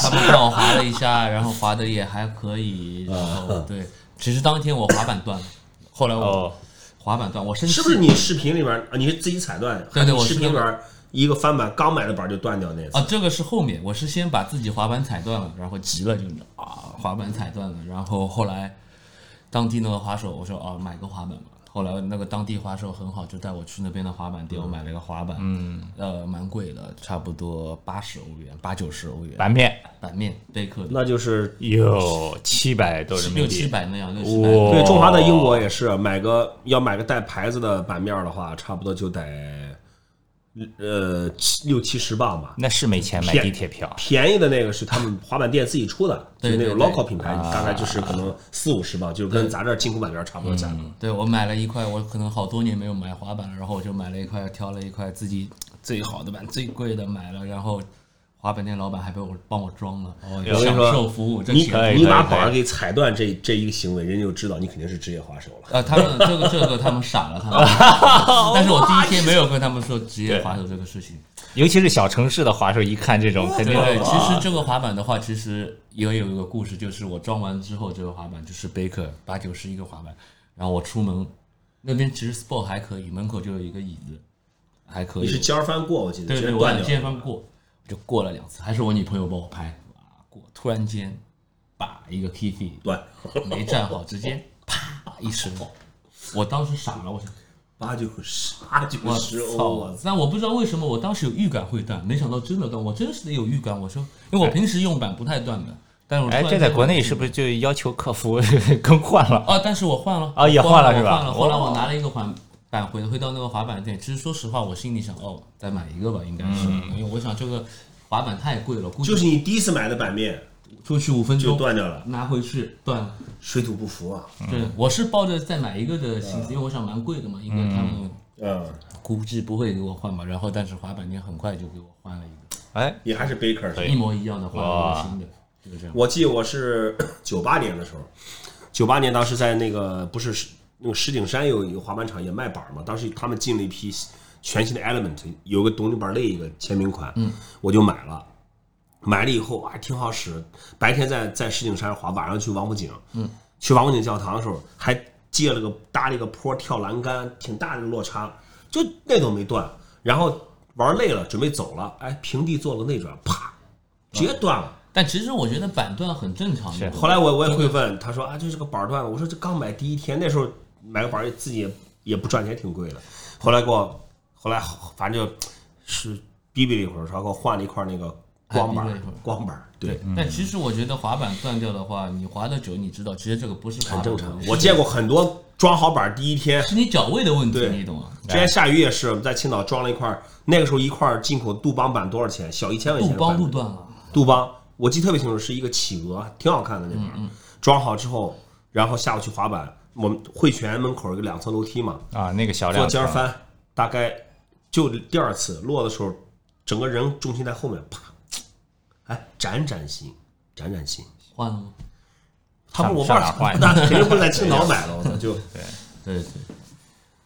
[SPEAKER 1] 他们让我滑了一下，然后滑的也还可以，然
[SPEAKER 3] 啊
[SPEAKER 1] 后对，其实当天我滑板断了，后来我
[SPEAKER 2] 哦
[SPEAKER 1] 滑板断，我生气，
[SPEAKER 3] 是不是你视频里面啊？你是自己踩断？
[SPEAKER 1] 对对
[SPEAKER 3] 还
[SPEAKER 1] 我
[SPEAKER 3] 是
[SPEAKER 1] 是
[SPEAKER 3] 视频里面一个翻板刚买的板就断掉那次。
[SPEAKER 1] 啊？这个是后面，我是先把自己滑板踩断了，然后急了就啊，滑板踩断了，然后后来当地那个滑手，我说啊，买个滑板吧。后来那个当地滑手很好，就带我去那边的滑板店，我买了个滑板，嗯，呃，蛮贵的，差不多八十欧元，八九十欧元，
[SPEAKER 2] 板面
[SPEAKER 1] 板面贝克的，
[SPEAKER 3] 那就是
[SPEAKER 2] 有七百多人
[SPEAKER 1] 六
[SPEAKER 2] 民
[SPEAKER 1] 七
[SPEAKER 2] 币，
[SPEAKER 1] 百那样，六七百。
[SPEAKER 2] 哇！
[SPEAKER 3] 对中华在英国也是买个要买个带牌子的板面的话，差不多就得呃七六七十磅吧。
[SPEAKER 2] 那是没钱买
[SPEAKER 3] 便
[SPEAKER 2] 地铁票，
[SPEAKER 3] 便宜的那个是他们
[SPEAKER 1] (laughs)
[SPEAKER 3] 滑板店自己出的，就
[SPEAKER 1] 对
[SPEAKER 3] 是那种
[SPEAKER 1] 对对
[SPEAKER 3] local 品牌，大概就是可能四五十磅，就是跟咱这儿进口板面差不多价格。
[SPEAKER 1] 对，我买了一块，我可能好多年没有买滑板了，然后我就买了一块，挑了一块自己最好的板、最贵的买了，然后滑板店老板还被我帮我装了，
[SPEAKER 3] 我跟你
[SPEAKER 1] 享
[SPEAKER 3] 说
[SPEAKER 1] 受服务，这
[SPEAKER 3] 你
[SPEAKER 1] 挺
[SPEAKER 2] 可以
[SPEAKER 3] 你把
[SPEAKER 2] 可以
[SPEAKER 3] 板儿给踩断这这一个行为，人家就知道你肯定是职业滑手了。
[SPEAKER 1] 呃，他们这个这个他们傻了，他们，但是我第一天没有跟他们说职业滑手这个事情。
[SPEAKER 2] 尤其是小城市的滑手，一看这种肯
[SPEAKER 1] 对
[SPEAKER 2] 定
[SPEAKER 1] 对，其实这个滑板的话，其实也有一个故事，就是我装完之后，这个滑板就是 Baker 八九十一个滑板，然后我出门那边其实 Sport 还可以，门口就有一个椅子，还可以。
[SPEAKER 3] 你是尖儿翻过，我记得
[SPEAKER 1] 对
[SPEAKER 3] 直
[SPEAKER 1] 对，
[SPEAKER 3] 接
[SPEAKER 1] 我
[SPEAKER 3] 断
[SPEAKER 1] 往
[SPEAKER 3] 掉
[SPEAKER 1] 健
[SPEAKER 3] 了。
[SPEAKER 1] 身过，就过了两次，还是我女朋友帮我拍，哇，过，突然间，把一个 Kiki
[SPEAKER 3] 断
[SPEAKER 1] 没站好，直接啪一声，我当时傻了，我想，
[SPEAKER 3] 八九十，
[SPEAKER 1] (laughs)
[SPEAKER 3] 八九
[SPEAKER 1] 我
[SPEAKER 3] 十哦
[SPEAKER 1] 操
[SPEAKER 3] 欧，！
[SPEAKER 1] 但我不知道为什么，我当时有预感会断，没想到真的断，我真是有预感，我说，因为我平时用板不太断的，但是我
[SPEAKER 2] 哎，
[SPEAKER 1] 突然
[SPEAKER 2] 这在
[SPEAKER 1] 间
[SPEAKER 2] 国内是不是就要求客服 (laughs) 更换了？
[SPEAKER 1] 啊，但是我换了
[SPEAKER 2] 啊也换了
[SPEAKER 1] 我
[SPEAKER 2] 是吧哦
[SPEAKER 1] 换了，后来我拿了一个滑板回回到那个滑板店。其实说实话，我心里想，哦，再买一个吧，应该是，
[SPEAKER 2] 嗯
[SPEAKER 1] 因为我想这个滑板太贵了，估计
[SPEAKER 3] 就是你第一次买的版面
[SPEAKER 1] 出去五分
[SPEAKER 3] 就
[SPEAKER 1] 钟
[SPEAKER 3] 断掉了，
[SPEAKER 1] 拿回去断了。
[SPEAKER 3] 水土不服啊。
[SPEAKER 2] 嗯
[SPEAKER 1] 对，我是抱着再买一个的心思，因为我想蛮贵的嘛，应该他们
[SPEAKER 3] 嗯，
[SPEAKER 1] 估计不会给我换吧。然后，但是滑板店很快就给我换了一
[SPEAKER 2] 哎，
[SPEAKER 3] 你还是 Baker
[SPEAKER 1] 个一模一样的，换了一个新的，就这样。
[SPEAKER 3] 我记得我是 (coughs) 九八年的时候，九八年当时在那个不是石那个石景山有有滑板场也卖板儿嘛，当时他们进了一批全新的 Element，有个董里板类一个签名款，嗯，我就买了。买了以后啊，挺好使。白天在在石景山滑，晚上去王府井，嗯，去王府井教堂的时候，还借了个搭了一个坡跳栏杆，挺大的一个落差，就那都没断。然后玩累了，准备走了，哎，平地做了个内转，啪，直接断了。
[SPEAKER 1] 但其实我觉得板断很正常的，
[SPEAKER 3] 后来我我也会问，他说啊，就是个板儿断了。我说这刚买第一天，那时候买个板儿也自己也也不赚钱，挺贵的。后来给我，后来反正就是逼逼了一会儿，然后给我换了一块那个光板
[SPEAKER 1] 哎逼逼了
[SPEAKER 3] 儿
[SPEAKER 1] 一会儿，
[SPEAKER 3] 光板儿，对，
[SPEAKER 2] 嗯
[SPEAKER 1] 但其实我觉得滑板断掉的话，你滑的久，你知道，其实这个不是滑
[SPEAKER 3] 很
[SPEAKER 1] 板
[SPEAKER 3] 正
[SPEAKER 1] 的
[SPEAKER 3] 常
[SPEAKER 1] 问。题
[SPEAKER 3] 我见过很多装好板儿第一天，
[SPEAKER 1] 是你脚位的问题
[SPEAKER 3] 对，
[SPEAKER 1] 你懂吗？
[SPEAKER 3] 之前下雨也是，我们在青岛装了一块儿，那个时候一块儿进口杜邦板多少钱？小一千块
[SPEAKER 1] 路
[SPEAKER 3] 钱。
[SPEAKER 1] 帮路断了，
[SPEAKER 3] 杜邦，我记得特别清楚，是一个企鹅，挺好看的那板儿。装好之后，然后下午去滑板，我们汇泉门口有个两层楼梯嘛。
[SPEAKER 2] 啊，那个小
[SPEAKER 3] 做
[SPEAKER 2] 亮
[SPEAKER 3] 尖儿
[SPEAKER 2] 层
[SPEAKER 3] 翻，大概就第二次落的时候，整个人重心在后面，啪，哎，展展心，展展心。
[SPEAKER 1] 换了吗？
[SPEAKER 3] 他们我
[SPEAKER 2] 上
[SPEAKER 3] 爸
[SPEAKER 2] 上哪儿换
[SPEAKER 3] 那肯定不是在青岛买的，我操，就
[SPEAKER 1] 对对，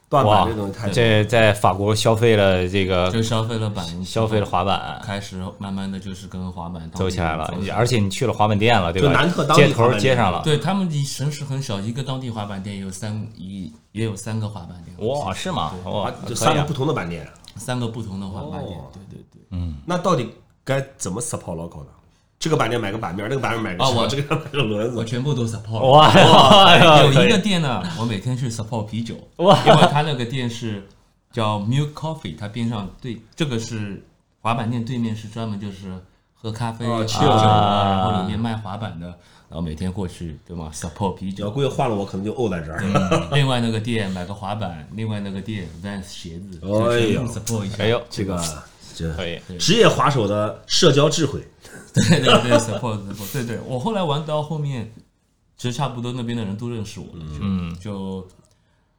[SPEAKER 3] 断板
[SPEAKER 2] 哇
[SPEAKER 3] 这东西太，
[SPEAKER 2] 这在法国消费了这个
[SPEAKER 1] 就消费了板，
[SPEAKER 2] 消费了滑板，
[SPEAKER 1] 开始慢慢的就是跟滑板
[SPEAKER 2] 走起来了
[SPEAKER 3] 嗯
[SPEAKER 1] 走，
[SPEAKER 2] 而且你去了滑板店了，对
[SPEAKER 3] 就
[SPEAKER 2] 吧？
[SPEAKER 3] 南特当地
[SPEAKER 2] 街
[SPEAKER 3] 滑
[SPEAKER 2] 头
[SPEAKER 3] 板
[SPEAKER 2] 接
[SPEAKER 3] 店
[SPEAKER 2] 上了，
[SPEAKER 1] 对他们离城市很小，一个当地滑板店有三一也有三个滑板店，
[SPEAKER 2] 哇，是吗？哇，
[SPEAKER 3] 啊
[SPEAKER 2] 可
[SPEAKER 3] 就
[SPEAKER 2] 以
[SPEAKER 3] 三个
[SPEAKER 2] 啊
[SPEAKER 3] 不同的板店。
[SPEAKER 1] 三个不同的滑板店
[SPEAKER 3] 哦，
[SPEAKER 1] 对对对，
[SPEAKER 3] 那到底该怎么 support local 呢？这个板件买个板面，那个板面买个
[SPEAKER 1] 啊
[SPEAKER 3] 车
[SPEAKER 1] 我
[SPEAKER 3] 这个买个轮子
[SPEAKER 1] 我，全部都 support。
[SPEAKER 2] (laughs) 哇，
[SPEAKER 1] 有一
[SPEAKER 2] 可
[SPEAKER 1] 个
[SPEAKER 2] 以
[SPEAKER 1] 店呢，我每天去 support 啤酒，
[SPEAKER 2] 哇
[SPEAKER 1] 因为它那个店是叫 Milk Coffee，它边上对这个是滑板店对面是专门就是喝咖啡、
[SPEAKER 3] 哦
[SPEAKER 1] 喝酒
[SPEAKER 3] ，chill
[SPEAKER 1] 的，
[SPEAKER 2] 啊
[SPEAKER 1] 然后里面卖滑板的，然后每天过去对吗？support 啤
[SPEAKER 3] (laughs) 你要
[SPEAKER 1] 酒。
[SPEAKER 3] 故意换了我，可能就怄在这儿。
[SPEAKER 1] 另外那个店买个滑板，另外那个店 Vans 鞋子，
[SPEAKER 3] 哎
[SPEAKER 1] 就
[SPEAKER 3] 呦
[SPEAKER 1] 全部 support 一下
[SPEAKER 2] 哎。呦，
[SPEAKER 3] 这个这
[SPEAKER 2] 可以，
[SPEAKER 3] 职业滑手的社交智慧，
[SPEAKER 1] (laughs) 对对对，support support，对对，我后来玩到后面，其实差不多那边的人都认识我了，嗯，就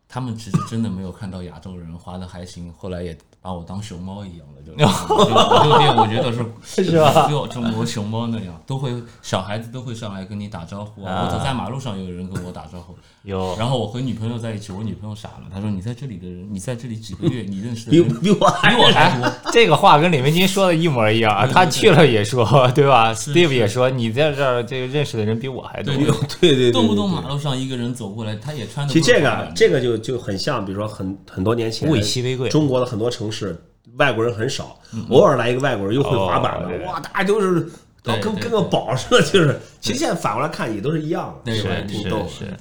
[SPEAKER 1] 他们其实真的没有看到亚洲人滑的还行，后来也把我当熊猫一样
[SPEAKER 3] (laughs)
[SPEAKER 1] 了，就就就变我觉得是
[SPEAKER 2] 是吧
[SPEAKER 1] 就就和熊猫那样，都会小孩子都会上来跟你打招呼啊，我走在马路上有人跟我打招呼，
[SPEAKER 3] (laughs)
[SPEAKER 2] 有
[SPEAKER 1] 然后我和女朋友在一起，我女朋友傻了，她说你在这里的人，你在这里几个月，你认识的
[SPEAKER 3] 比
[SPEAKER 1] 人
[SPEAKER 3] 比我还
[SPEAKER 1] 比我还多。
[SPEAKER 2] 哎这个话跟李文金说的一模一样啊，他去了也说，对吧？Steve 也说，你在这儿这个认识的人比我还多
[SPEAKER 1] 对。对
[SPEAKER 3] 对对对，
[SPEAKER 1] 动不动
[SPEAKER 3] 对
[SPEAKER 1] 马路上一个人走过来，他也穿的。
[SPEAKER 3] 其实这个啊这个就就很像，比如说很很多年前，
[SPEAKER 2] 物以稀为贵
[SPEAKER 3] 中国的很多城市外国人很少，偶尔来一个外国人又会滑板
[SPEAKER 2] 哦
[SPEAKER 3] 的
[SPEAKER 2] 对，对
[SPEAKER 3] 哇，大家都是
[SPEAKER 1] 对
[SPEAKER 3] 跟
[SPEAKER 1] 对
[SPEAKER 3] 跟个宝似的，就是。其实现在反过来看也都是一样的，
[SPEAKER 1] 对
[SPEAKER 3] 吧
[SPEAKER 1] 是
[SPEAKER 3] 挺
[SPEAKER 2] 是
[SPEAKER 3] 逗的。
[SPEAKER 2] 是
[SPEAKER 1] 对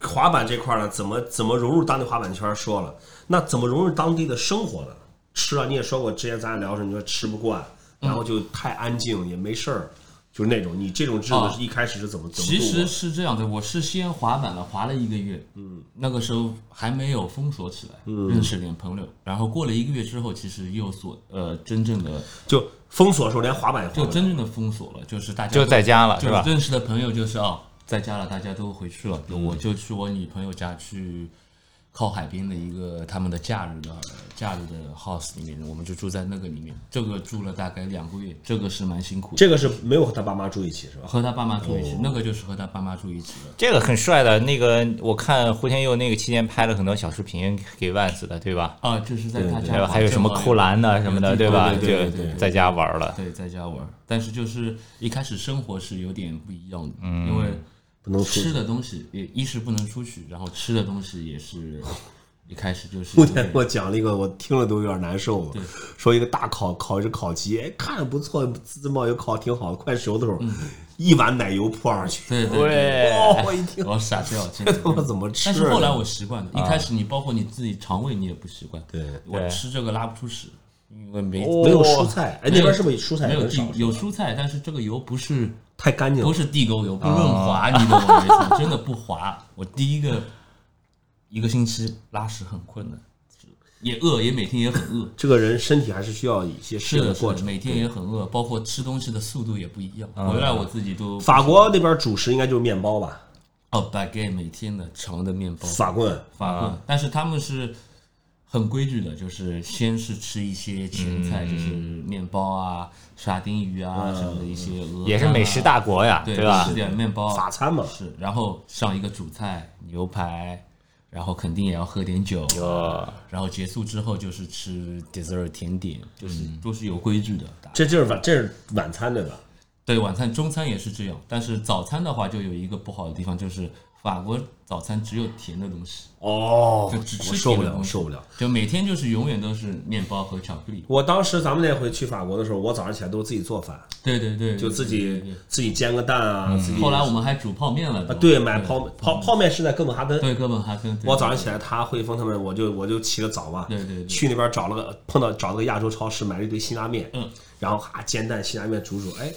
[SPEAKER 1] 对，
[SPEAKER 3] 滑板这块呢，怎么怎么融入当地滑板圈？说了，那怎么融入当地的生活呢？吃啊，你也说过，之前咱俩聊的时候，你说吃不惯，然后就太安静也没事儿，就是那种你这种日子
[SPEAKER 1] 哦
[SPEAKER 3] 是一开始是怎么怎么
[SPEAKER 1] 其
[SPEAKER 3] 度过
[SPEAKER 1] 实
[SPEAKER 3] 的
[SPEAKER 1] 是这样的，我是先滑板了，滑了一个月，嗯，那个时候还没有封锁起来，认识点朋友，然后过了一个月之后，其实又锁呃真正的
[SPEAKER 3] 就封锁的时候连滑板也
[SPEAKER 1] 就
[SPEAKER 3] 滑不了
[SPEAKER 1] 真正的封锁了，就是大家
[SPEAKER 2] 就
[SPEAKER 1] 都
[SPEAKER 2] 在家了，
[SPEAKER 1] 就是
[SPEAKER 2] 吧？
[SPEAKER 1] 认识的朋友就是哦，在家了，大家都回去了，我就去我女朋友家去。靠海边的一个他们的假日的假日的 house 里面，我们就住在那个里面。这个住了大概两个月，这个是蛮辛苦的。
[SPEAKER 3] 这个是没有和他爸妈住一起是吧？
[SPEAKER 1] 和他爸妈住一起，那个就是和他爸妈住一起的。
[SPEAKER 2] 这个很帅的，那个我看胡天佑那个期间拍了很多小视频给 Vans 的，对吧？
[SPEAKER 1] 啊，就是在他
[SPEAKER 2] 对
[SPEAKER 1] 家
[SPEAKER 2] 吧？
[SPEAKER 1] 玩，
[SPEAKER 2] 还有什么扣篮呐什么的，
[SPEAKER 1] 对
[SPEAKER 2] 吧？
[SPEAKER 1] 对对对
[SPEAKER 2] 就在家玩了，
[SPEAKER 1] 对，在家玩。但是就是一开始生活是有点不一样的，
[SPEAKER 2] 嗯
[SPEAKER 1] 因为
[SPEAKER 3] 不能出去
[SPEAKER 1] 吃的东西也一是不能出去，然后吃的东西也
[SPEAKER 3] (laughs)
[SPEAKER 1] 是一开始就是
[SPEAKER 3] (laughs) 昨
[SPEAKER 1] 有
[SPEAKER 3] 天
[SPEAKER 1] 点
[SPEAKER 3] 给我讲了一个，我听了都有点难受了。说一个大烤烤一只烤鸡，哎，看着不错，滋滋冒油烤挺好的，快熟的时候，一碗奶油泼上 (laughs) 去，
[SPEAKER 1] 对对对，
[SPEAKER 2] 对
[SPEAKER 3] 哦，我一听，
[SPEAKER 1] 我傻掉，真
[SPEAKER 3] 他妈
[SPEAKER 1] 的。
[SPEAKER 3] 怎么吃啊
[SPEAKER 1] 但
[SPEAKER 3] 呢？
[SPEAKER 1] 是后来我习惯了，一
[SPEAKER 2] 啊
[SPEAKER 1] 开始你包括你自己肠胃你也不习惯，
[SPEAKER 3] 对
[SPEAKER 1] 我吃这个拉不出屎，因为没
[SPEAKER 2] 哦
[SPEAKER 3] 没有蔬菜，哎，那边是不是蔬菜
[SPEAKER 1] 没
[SPEAKER 3] 也
[SPEAKER 1] 有
[SPEAKER 3] 很少
[SPEAKER 1] 地？有蔬菜，但是这个油不是
[SPEAKER 3] 太干净
[SPEAKER 1] 不
[SPEAKER 3] 了，。
[SPEAKER 1] 是地沟油，不润滑，你懂我意思吗？真 (laughs) 的不滑。我第一个一个星期拉屎很困难，也饿，也每天也很饿
[SPEAKER 3] 这个人身体还是需要一些适
[SPEAKER 1] 是
[SPEAKER 3] 应
[SPEAKER 1] 的，是
[SPEAKER 3] 过
[SPEAKER 1] 的，
[SPEAKER 3] 程。
[SPEAKER 1] 每天也很饿，包括吃东西的速度也不一样。回来我自己都
[SPEAKER 3] 法国那边主食应该就是面包吧，
[SPEAKER 1] 哦，baguette 每天的长的面包
[SPEAKER 3] 法棍，
[SPEAKER 1] 法棍，但是他们是很规矩的，就是先是吃一些前菜，就是面包啊、沙丁鱼啊什么的一些鹅，
[SPEAKER 2] 也是美食，大国呀，
[SPEAKER 1] 对
[SPEAKER 2] 吧
[SPEAKER 1] 吃？点面包，啊
[SPEAKER 3] 法餐嘛，
[SPEAKER 1] 是，然后上一个主菜牛排，然后肯定也要喝点酒，
[SPEAKER 2] 哦
[SPEAKER 1] 然后结束之后就是吃 dessert 甜点，就是、
[SPEAKER 3] 嗯
[SPEAKER 1] 都是有规矩的。
[SPEAKER 3] 这就是晚这是晚餐对吧？
[SPEAKER 1] 对，晚餐、中餐也是这样，但是早餐的话就有一个不好的地方，就是法国早餐只有甜的东西，
[SPEAKER 3] 哦，
[SPEAKER 1] 就只吃
[SPEAKER 3] 我受不
[SPEAKER 1] 甜的
[SPEAKER 3] 了，
[SPEAKER 1] 东西
[SPEAKER 3] 受不了。
[SPEAKER 1] 就每天就是永远都是面包和巧克力。
[SPEAKER 3] 我当时咱们那回去法国的时候，我早上起来都自己做饭，
[SPEAKER 1] 对对对，
[SPEAKER 3] 就自
[SPEAKER 1] 对。
[SPEAKER 3] 己
[SPEAKER 1] 对
[SPEAKER 3] 自己煎个蛋啊，自
[SPEAKER 1] 对
[SPEAKER 3] 己
[SPEAKER 1] 嗯后来我们还煮泡面了
[SPEAKER 3] 啊
[SPEAKER 1] 都，
[SPEAKER 3] 对买泡泡泡面是在哥本哈根，
[SPEAKER 1] 对哥本哈根，对
[SPEAKER 3] 我早上起来他汇丰他们，我就我就起得早嘛，
[SPEAKER 1] 对对对
[SPEAKER 3] 去那边找了个碰到找了个亚洲超市买了一堆辛拉面，
[SPEAKER 1] 嗯，
[SPEAKER 3] 然后哈煎蛋辛拉面煮煮，哎，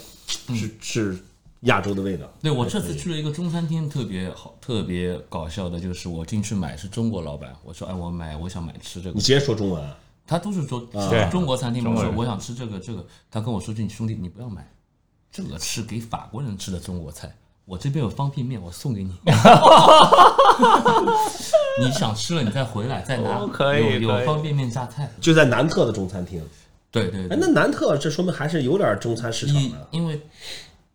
[SPEAKER 3] 是是亚洲的味道，
[SPEAKER 1] 对我这次去了一个中餐厅，特别好，特别搞笑的，就是我进去买是中国老板，我说哎，我买我想买吃这个
[SPEAKER 3] 你，直接说中文啊，
[SPEAKER 1] 他都是说
[SPEAKER 2] 对
[SPEAKER 1] 中国餐厅嘛，我
[SPEAKER 2] 中国
[SPEAKER 1] 说
[SPEAKER 2] 人
[SPEAKER 1] 我想吃这个这个，他跟我说句兄弟你不要买，这个是给法国人吃的中国菜，我这边有方便面，我送给你， (laughs) 你想吃了你再回来再拿
[SPEAKER 2] 哦，可以
[SPEAKER 1] 有
[SPEAKER 2] 可以
[SPEAKER 1] 有方便面榨菜，
[SPEAKER 3] 就在南特的中餐厅，
[SPEAKER 1] 对对
[SPEAKER 3] 哎
[SPEAKER 1] 对，，
[SPEAKER 3] 那南特这说明还是有点中餐市场啊
[SPEAKER 1] 因
[SPEAKER 3] 的，
[SPEAKER 1] 因为。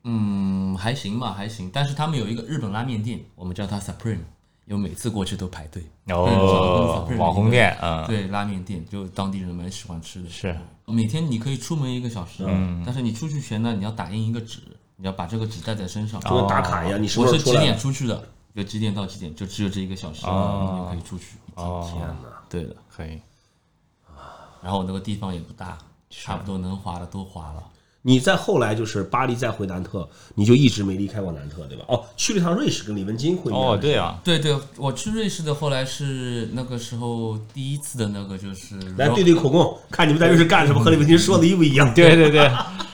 [SPEAKER 1] 嗯，还行吧，还行。但是他们有一个日本拉面店，我们叫它 Supreme，因为每次过去都排队。
[SPEAKER 2] 哦，网红店啊，嗯
[SPEAKER 1] 对，拉面店就当地人蛮喜欢吃的。
[SPEAKER 2] 是嗯
[SPEAKER 1] 每天你可以出门一个小时，但是你出去前呢，你要打印一个纸，你要把这个纸带在身
[SPEAKER 2] 哦
[SPEAKER 1] 上。
[SPEAKER 3] 就跟打卡一样，你什么
[SPEAKER 1] 我
[SPEAKER 3] 时
[SPEAKER 1] 哦是
[SPEAKER 3] 候出
[SPEAKER 1] 几
[SPEAKER 3] 来
[SPEAKER 1] 点
[SPEAKER 3] 了？
[SPEAKER 1] 出去的？就几点到几点？就只有这一个小时，你就可以出去。
[SPEAKER 3] 天
[SPEAKER 2] 哦，
[SPEAKER 3] 哪，
[SPEAKER 1] 啊对的。
[SPEAKER 2] 可以，
[SPEAKER 1] 然后那个地方也不大，差不多能滑的都滑了。
[SPEAKER 3] 你在后来就是巴黎再回南特，你就一直没离开过南特，对吧？哦，去了趟瑞士，跟李文金会面。
[SPEAKER 2] 哦，对啊，
[SPEAKER 1] 对对，我去瑞士的后来是那个时候第一次的那个就是
[SPEAKER 3] 来
[SPEAKER 1] rock-
[SPEAKER 3] 对对口供，看你们在瑞士干什么，和李文金说的一不一样。
[SPEAKER 2] 对对 (laughs) 对，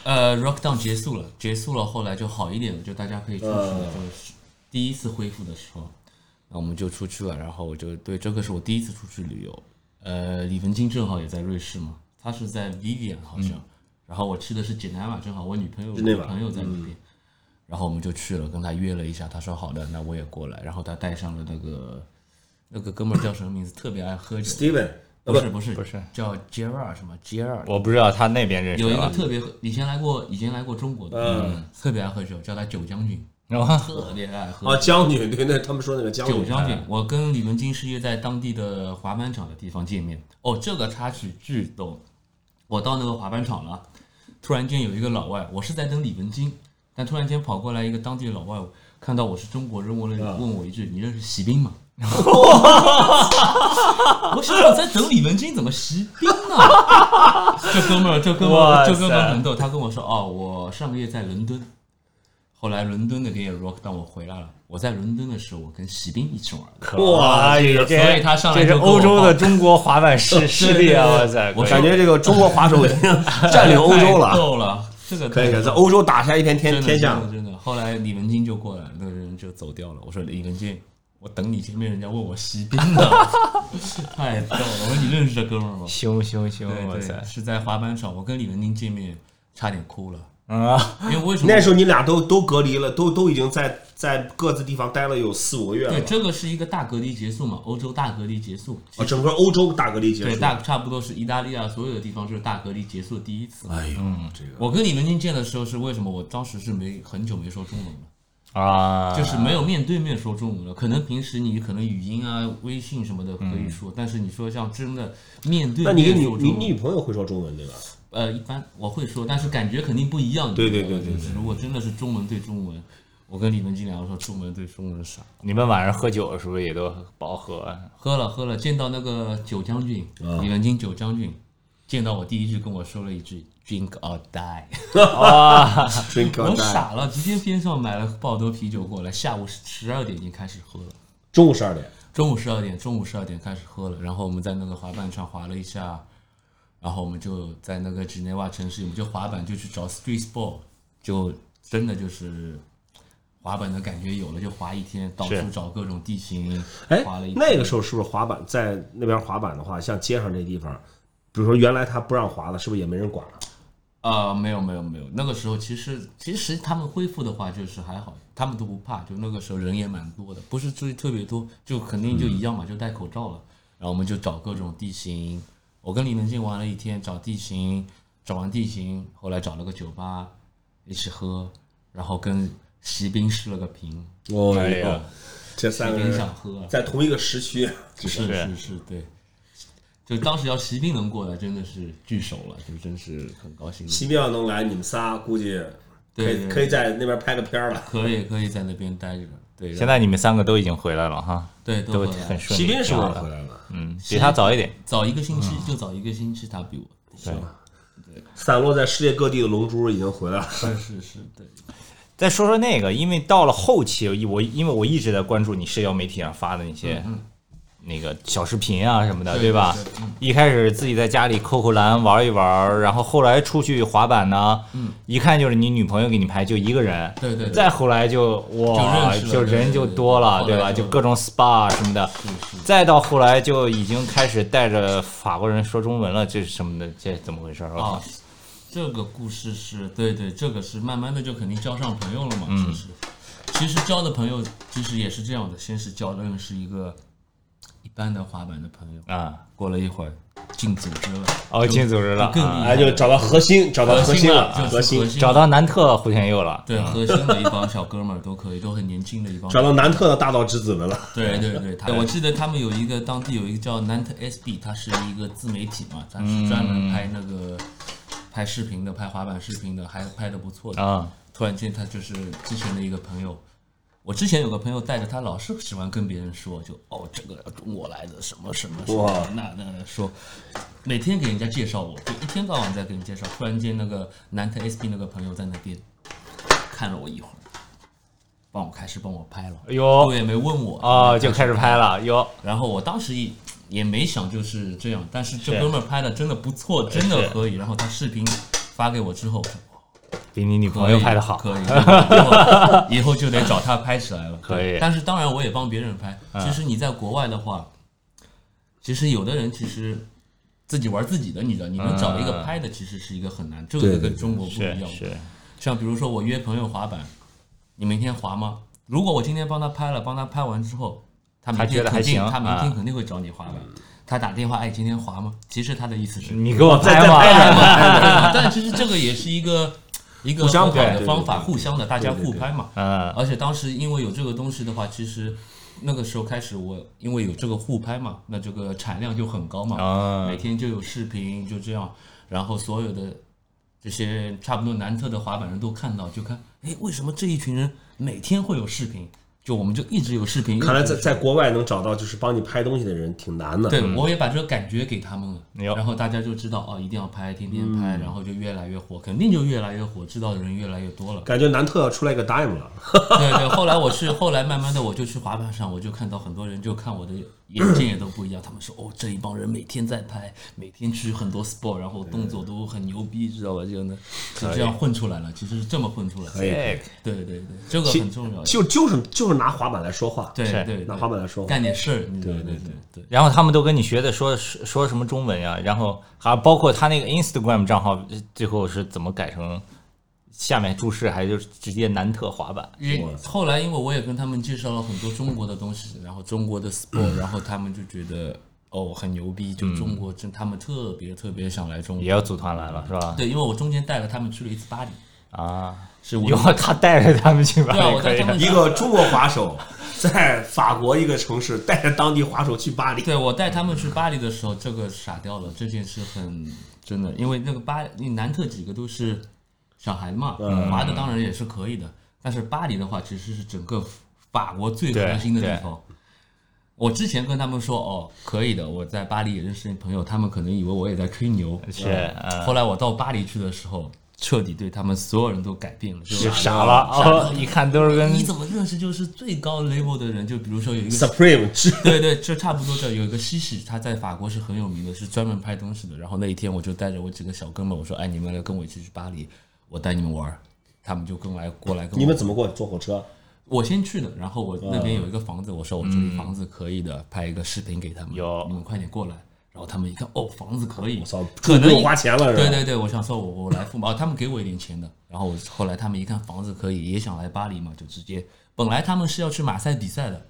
[SPEAKER 1] 呃 rock down 结束了，结束了后来就好一点了，就大家可以出去了，
[SPEAKER 3] 呃
[SPEAKER 1] 就是第一次恢复的时候，那我们就出去了，然后我就对这个是我第一次出去旅游，呃，李文清正好也在瑞士嘛，他是在 Vivian 好
[SPEAKER 3] 嗯
[SPEAKER 1] 像，然后我去的是简南瓦，正好我女朋友
[SPEAKER 3] 日内瓦
[SPEAKER 1] 朋友在那
[SPEAKER 3] 嗯
[SPEAKER 1] 边。然后我们就去了，跟他约了一下，他说好的，那我也过来。然后他带上了那个那个哥们儿叫什么名字，特别爱喝酒，
[SPEAKER 3] Steven，呃
[SPEAKER 1] 不是不是
[SPEAKER 2] 不是
[SPEAKER 1] 叫 j e r a 什么 j e r a
[SPEAKER 2] 我不知道啊他那边认识
[SPEAKER 1] 有一个
[SPEAKER 2] 了。
[SPEAKER 1] 特别以前来过以前来过中国的，
[SPEAKER 3] 嗯，
[SPEAKER 1] 特别爱喝酒，叫他酒将军，
[SPEAKER 2] 然后
[SPEAKER 1] 特别爱喝
[SPEAKER 2] 哦
[SPEAKER 3] 啊，将军，对，那他们说那个将
[SPEAKER 1] 嗯酒
[SPEAKER 3] 军，
[SPEAKER 1] 将军。我跟李文金是约在当地的滑板场的地方见面。哦，这个插曲巨逗，我到那个滑板场了，突然间有一个老外，我是在等李文金，但突然间跑过来一个当地的老外，看到我是中国人，问了问我一句：“你认识席斌吗？” (laughs) 我想我在等李文金，怎么席斌呢？ (laughs) 这哥们儿，这哥们
[SPEAKER 2] 哇
[SPEAKER 1] 儿，
[SPEAKER 2] 塞
[SPEAKER 1] 这哥们儿很逗。他跟我说：“哦，我上个月在伦敦，后来伦敦那天也 rock，但我回来了。我在伦敦的时候，我跟席斌一起玩的。”
[SPEAKER 2] 哇，这
[SPEAKER 1] 个所以他上来
[SPEAKER 2] 这是
[SPEAKER 1] 就跟我
[SPEAKER 2] 欧洲的
[SPEAKER 1] 报
[SPEAKER 2] 中国滑板势势力啊！哇
[SPEAKER 1] (laughs) 对对对
[SPEAKER 2] 塞，
[SPEAKER 1] 我
[SPEAKER 2] 可以
[SPEAKER 3] 感觉这个中国滑手已 (laughs) 经占领欧洲
[SPEAKER 1] 太
[SPEAKER 3] 了，
[SPEAKER 1] 够了，这个
[SPEAKER 3] 可以，可以
[SPEAKER 1] 真
[SPEAKER 3] 在
[SPEAKER 1] 的
[SPEAKER 3] 欧洲打下一片天天下
[SPEAKER 1] 真。的真的。后来李文金就过来，那个人就走掉了。我说李文金，我等你见面，人家问我席斌
[SPEAKER 3] (laughs)
[SPEAKER 1] 呢，太逗了。我说你认识这哥们儿吗？
[SPEAKER 2] 凶凶凶！哇
[SPEAKER 1] 对
[SPEAKER 2] 塞
[SPEAKER 1] 对，，是在滑板场，我跟李文金见面差点哭了，
[SPEAKER 2] 啊，
[SPEAKER 1] 因为为什么？
[SPEAKER 3] 那时候你俩都都隔离了，都都已经在在各自地方待了有四五个月
[SPEAKER 1] 对，
[SPEAKER 3] 了，
[SPEAKER 1] 这个是一个大隔离结束嘛，欧洲大隔离结束，
[SPEAKER 3] 啊，整个欧洲大隔离结
[SPEAKER 1] 对，
[SPEAKER 3] 束。
[SPEAKER 1] 大差不多是意大利啊，所有的地方就是大隔离结束的第一次。
[SPEAKER 3] 哎呦，这个
[SPEAKER 1] 我跟李文金见的时候是为什么？我当时是没很久没说中文了。
[SPEAKER 2] 啊，
[SPEAKER 1] 就是没有面对面说中文了。可能平时你可能语音啊、微信什么的可以说，但是你说像真的面对
[SPEAKER 3] 嗯那你
[SPEAKER 1] 面
[SPEAKER 3] 跟女
[SPEAKER 1] 说
[SPEAKER 3] 你
[SPEAKER 1] 中
[SPEAKER 3] 你
[SPEAKER 1] 文，
[SPEAKER 3] 女朋友会说中
[SPEAKER 1] (laughs)
[SPEAKER 3] 文对吧？
[SPEAKER 1] 呃，一般我会说，但是感觉肯定不一样。
[SPEAKER 3] 对对
[SPEAKER 1] 你知道吗
[SPEAKER 3] 对对
[SPEAKER 1] 就是如果真的是中文对中文，我跟李文金聊说中文对中文傻，
[SPEAKER 2] 你们晚上喝酒是不是也都饱喝啊？
[SPEAKER 1] 喝了喝了，见到那个九将军，
[SPEAKER 3] 啊
[SPEAKER 1] 李文金九将军，见到我第一句跟我说了一句 “drink or die”。
[SPEAKER 3] Drink or
[SPEAKER 1] 我
[SPEAKER 3] die
[SPEAKER 1] 傻了，直接边上买了爆多啤酒过来，下午十二点已经开始喝了。
[SPEAKER 3] 中午十二点，
[SPEAKER 1] 中午十二点，中午十二点开始喝了，然后我们在那个滑板上滑了一下，然后我们就在那个日内瓦城市，我们就滑板就去找 street sport，就真的就是滑板的感觉有了，就滑一天，到
[SPEAKER 2] 是
[SPEAKER 1] 处找各种地形，
[SPEAKER 3] 哎
[SPEAKER 1] 滑了一，天
[SPEAKER 3] 那个时候是不是滑板在那边滑板的话，像街上这地方，比如说原来他不让滑了，是不是也没人管了？
[SPEAKER 1] 啊、没有没有没有，那个时候其实其实他们恢复的话就是还好，他们都不怕，就那个时候人也蛮多的，不是最特别多，就肯定
[SPEAKER 3] 嗯
[SPEAKER 1] 就一样嘛，就戴口罩了。然后我们就找各种地形，我跟李文静玩了一天，找地形，找完地形，后来找了个酒吧一起喝，然后跟席斌试了个瓶，
[SPEAKER 3] 哦
[SPEAKER 2] 哎呀，
[SPEAKER 3] 这
[SPEAKER 1] 席
[SPEAKER 3] 三个
[SPEAKER 1] 斌
[SPEAKER 3] 人
[SPEAKER 1] 想喝，
[SPEAKER 3] 在同一个时区，
[SPEAKER 1] 是是是，对。就当时要席斌能过来，真的是聚首了，就真是很高兴。
[SPEAKER 3] 奇妙能来，你们仨估计可
[SPEAKER 1] 对
[SPEAKER 3] 以可以在那边拍个片儿了。
[SPEAKER 1] 可以可以在那边待着。对，
[SPEAKER 2] 现在你们三个都已经回来了哈，
[SPEAKER 1] 对
[SPEAKER 2] 都
[SPEAKER 1] 都回来
[SPEAKER 2] 很
[SPEAKER 1] 了
[SPEAKER 2] 顺利。挺好的，
[SPEAKER 3] 来了？
[SPEAKER 2] 嗯，比他早一点。
[SPEAKER 1] 早一个星期就早一个星期，他比我
[SPEAKER 3] 散落在世界各地的龙珠已经回来了。
[SPEAKER 1] 是是是，对，
[SPEAKER 2] 再说说那个，因为到了后期，我因为我一直在关注你社交媒体上发的那些那个小视频啊什么的，
[SPEAKER 1] 嗯对
[SPEAKER 2] 吧
[SPEAKER 1] 对对？嗯
[SPEAKER 2] 一开始自己在家里扣扣篮玩一玩，然后后来出去滑板呢，一看就是你女朋友给你拍，就一个人。
[SPEAKER 1] 嗯对对对
[SPEAKER 2] 再后来就哇
[SPEAKER 1] 就认，识了
[SPEAKER 2] 就人就多了，
[SPEAKER 1] 对对对
[SPEAKER 2] 对吧？
[SPEAKER 1] 后来就
[SPEAKER 2] 就各种 SPA 啊什么的。再到后来就已经开始带着法国人说中文了，这是什么的？这怎么回事儿？我
[SPEAKER 1] 啊
[SPEAKER 2] 操，
[SPEAKER 1] 这个故事是对对，这个是慢慢的就肯定交上朋友了嘛。其实，其实交的朋友其实也是这样的，先是交认识一个一般的滑板的朋友，
[SPEAKER 2] 啊！
[SPEAKER 1] 过了一会儿进组织了，
[SPEAKER 2] 哦，
[SPEAKER 1] 就
[SPEAKER 2] 进组织了
[SPEAKER 1] 就更
[SPEAKER 2] 啊
[SPEAKER 1] 厉害
[SPEAKER 3] 哎，就找到核心，找到核心
[SPEAKER 1] 了，就是
[SPEAKER 3] 呃核心，
[SPEAKER 1] 嗯心
[SPEAKER 2] 找到南特胡天佑了。
[SPEAKER 1] 对核心的一帮小哥们儿都可以，都很年轻的一帮
[SPEAKER 3] 找到南特的大道之子们了。
[SPEAKER 1] 对对对，他我记得他们有一个当地有一个叫 Nant SB，他是一个自媒体嘛，他是专门拍那个拍视频的，拍滑板视频的，还拍的不错的。
[SPEAKER 2] 啊，
[SPEAKER 1] 突然间他就是之前的一个朋友，我之前有个朋友带着他，老是喜欢跟别人说，就哦，这个中国来的什么什么什么
[SPEAKER 3] 哇，
[SPEAKER 1] 那那那说，每天给人家介绍我，就一天到晚在给人介绍。突然间，那个南特 SB 那个朋友在那边看了我一会儿，帮我开始帮我拍了，
[SPEAKER 2] 哎呦
[SPEAKER 1] 我也没问我
[SPEAKER 2] 哦，就开始拍了，哟，
[SPEAKER 1] 然后我当时也也没想就是这样，但是
[SPEAKER 2] 是
[SPEAKER 1] 这哥们儿拍的真的不错，真
[SPEAKER 2] 是
[SPEAKER 1] 的可以。然后他视频发给我之后，我说
[SPEAKER 2] 比你女
[SPEAKER 1] 可
[SPEAKER 2] 朋友
[SPEAKER 1] 以
[SPEAKER 2] 拍的好，
[SPEAKER 1] 可以，以后 (laughs) 以后就得找他拍起来了。
[SPEAKER 2] (laughs) 可以嗯
[SPEAKER 1] 但是当然我也帮别人拍。其实你在国外的话，其实有的人其实自己玩自己的，你知道，你能找一个拍的，其实是一个很难，这
[SPEAKER 3] 对
[SPEAKER 1] 个
[SPEAKER 3] 对
[SPEAKER 1] 跟中国不
[SPEAKER 2] 嗯是
[SPEAKER 1] 一样。
[SPEAKER 2] 是，
[SPEAKER 1] 像比如说我约朋友滑板，你明天滑吗？如果我今天帮他拍了，帮他拍完之后，他明
[SPEAKER 2] 他觉
[SPEAKER 1] 天
[SPEAKER 2] 得还
[SPEAKER 1] 肯定
[SPEAKER 2] 行
[SPEAKER 1] 他明
[SPEAKER 2] 啊
[SPEAKER 1] 天肯定会找你滑板。他打电话，哎，今天滑吗？其实他的意思 (laughs)
[SPEAKER 2] (laughs)
[SPEAKER 1] 是，
[SPEAKER 2] 你给我
[SPEAKER 3] 再
[SPEAKER 2] 拍
[SPEAKER 3] 再拍
[SPEAKER 2] 嘛，
[SPEAKER 1] 但其实这个也是一个一个
[SPEAKER 3] 互相
[SPEAKER 1] 很好
[SPEAKER 3] 拍
[SPEAKER 1] 的
[SPEAKER 3] 对
[SPEAKER 1] 方
[SPEAKER 3] 对
[SPEAKER 1] 法，
[SPEAKER 3] 对
[SPEAKER 1] 互相的，大家
[SPEAKER 3] 对对
[SPEAKER 1] 互
[SPEAKER 3] 对
[SPEAKER 1] 拍嘛。
[SPEAKER 2] 嗯，
[SPEAKER 1] 而且当时因为有这个东西的话，其实那个时候开始我因为有这个互拍嘛，那这个产量就很高嘛，
[SPEAKER 2] 啊
[SPEAKER 1] 每天就有视频，就这样，然后所有的这些差不多南特的滑板人都看到，就看，哎，为什么这一群人每天会有视频？就我们就一直有视频，
[SPEAKER 3] 看来
[SPEAKER 1] 一直
[SPEAKER 3] 在
[SPEAKER 1] 有视频
[SPEAKER 3] 在国外能找到就是帮你拍东西的人挺难的。
[SPEAKER 1] 对，我也把这个感觉给他们
[SPEAKER 2] 哎呦
[SPEAKER 1] 了，然后大家就知道哦，一定要拍，天天拍，
[SPEAKER 3] 嗯
[SPEAKER 1] 然后就越来越火，肯定就越来越火，知道的人越来越多了。
[SPEAKER 3] 感觉南特要出来一个 dime 了，
[SPEAKER 1] (laughs) 对对，后来我去，后来慢慢的我就去滑板上，我就看到很多人就看我的眼睛也都不一样，他们说哦，这一帮人每天在拍，每天去很多 sport，然后动作都很牛逼，知道吧？就那就这样混出来了，其实是这么混出来的。
[SPEAKER 3] 以
[SPEAKER 2] 哎
[SPEAKER 1] 对对对，这个
[SPEAKER 3] 其
[SPEAKER 1] 很重要。
[SPEAKER 3] 就就是就是拿滑板来说话，
[SPEAKER 1] 对
[SPEAKER 2] 是
[SPEAKER 1] 对对，
[SPEAKER 3] 拿滑板来说话
[SPEAKER 1] 干点事儿，对对
[SPEAKER 3] 对
[SPEAKER 1] 对对。
[SPEAKER 2] 然后他们都跟你学的说说说什么中文啊呀，然后还包括他那个 Instagram 账号呃最后是怎么改成下面注释，还就是直接南特滑板，
[SPEAKER 1] 因为后来，因为我也跟他们介绍了很多中国的东西，然后中国的 sport，然后他们就觉得哦很牛逼，就
[SPEAKER 3] 嗯
[SPEAKER 1] 中国真，他们特别特别想来中
[SPEAKER 2] 也
[SPEAKER 1] 国。
[SPEAKER 2] 要组团来了是吧？
[SPEAKER 1] 对，因为我中间带了他们去了一次巴黎，
[SPEAKER 2] 啊，
[SPEAKER 1] 是我
[SPEAKER 2] 以后他带着他们去吧，
[SPEAKER 1] 对啊
[SPEAKER 2] 也
[SPEAKER 1] 我
[SPEAKER 2] 可
[SPEAKER 1] 带
[SPEAKER 2] 以
[SPEAKER 1] 他们 (laughs)
[SPEAKER 2] 的。
[SPEAKER 3] 一个中国滑手在法国一个城市带着当地滑手去巴黎，
[SPEAKER 1] 对我带他们去巴黎的时候，这个傻掉了，这件事很真的，因为那个巴你南特几个都是小孩嘛，滑
[SPEAKER 2] 嗯
[SPEAKER 1] 的当然也是可以的，但是巴黎的话其实是整个法国最核心的地方。我之前跟他们说哦，可以的，我在巴黎也认识朋友，他们可能以为我也在吹牛。
[SPEAKER 2] 是嗯
[SPEAKER 1] 后来我到巴黎去的时候，彻底对他们所有人都改变了，就是
[SPEAKER 2] 就傻了，哦，一看都是跟
[SPEAKER 1] 你怎么认识就是最高 level 的人？就比如说有一个
[SPEAKER 3] Supreme 之
[SPEAKER 1] 对对，就差不多这有一个西西，他在法国是很有名的，是专门拍东西的。然后那一天我就带着我几个小哥们，我说：“哎，你们来跟我一起去巴黎，我带你们玩儿。”他们就跟来过来跟我。
[SPEAKER 3] 你们怎么过去？坐火车？
[SPEAKER 1] 我先去的，然后我那边有一个房子，我说我哦这里房子可以的，拍一个视频给他们，
[SPEAKER 2] 有
[SPEAKER 1] 你们快点过来。然后他们一看，哦，房子可以，我
[SPEAKER 3] 操
[SPEAKER 1] 可能
[SPEAKER 3] 不用花钱了是吧哦
[SPEAKER 1] 对对对，我想说我我来付嘛，哦，他们给我一点钱的。然后我后来他们一看房子可以，也想来巴黎嘛，就直接本来他们是要去马赛比赛的，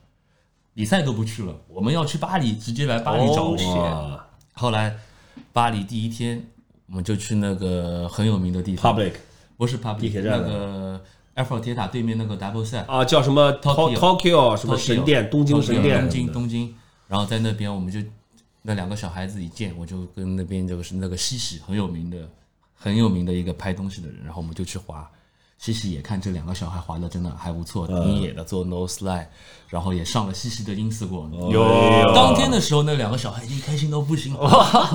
[SPEAKER 1] 比赛都不去了，我们要去巴黎，直接来巴黎找我。
[SPEAKER 3] 哇
[SPEAKER 1] 后来巴黎第一天，我们就去那个很有名的地方
[SPEAKER 3] ，Public
[SPEAKER 1] 不是 public
[SPEAKER 3] 地铁站
[SPEAKER 1] 那
[SPEAKER 3] 的
[SPEAKER 1] 个埃菲尔铁塔对面那个 double set。
[SPEAKER 3] 啊，叫什么
[SPEAKER 1] Tokyo
[SPEAKER 3] Tokyo 什么神殿，东京神殿，
[SPEAKER 1] 东京东京，然后在那边我们就那两个小孩子一见，我就跟那边就是那个西西很有名的很有名的一个拍东西的人，然后我们就去滑。西西也看这两个小孩滑的真的还不错，挺野的，做 no slide，然后也上了西西的 ins 过。
[SPEAKER 2] 哟
[SPEAKER 1] 当天的时候，那两个小孩已经开心到不 (laughs) 行了。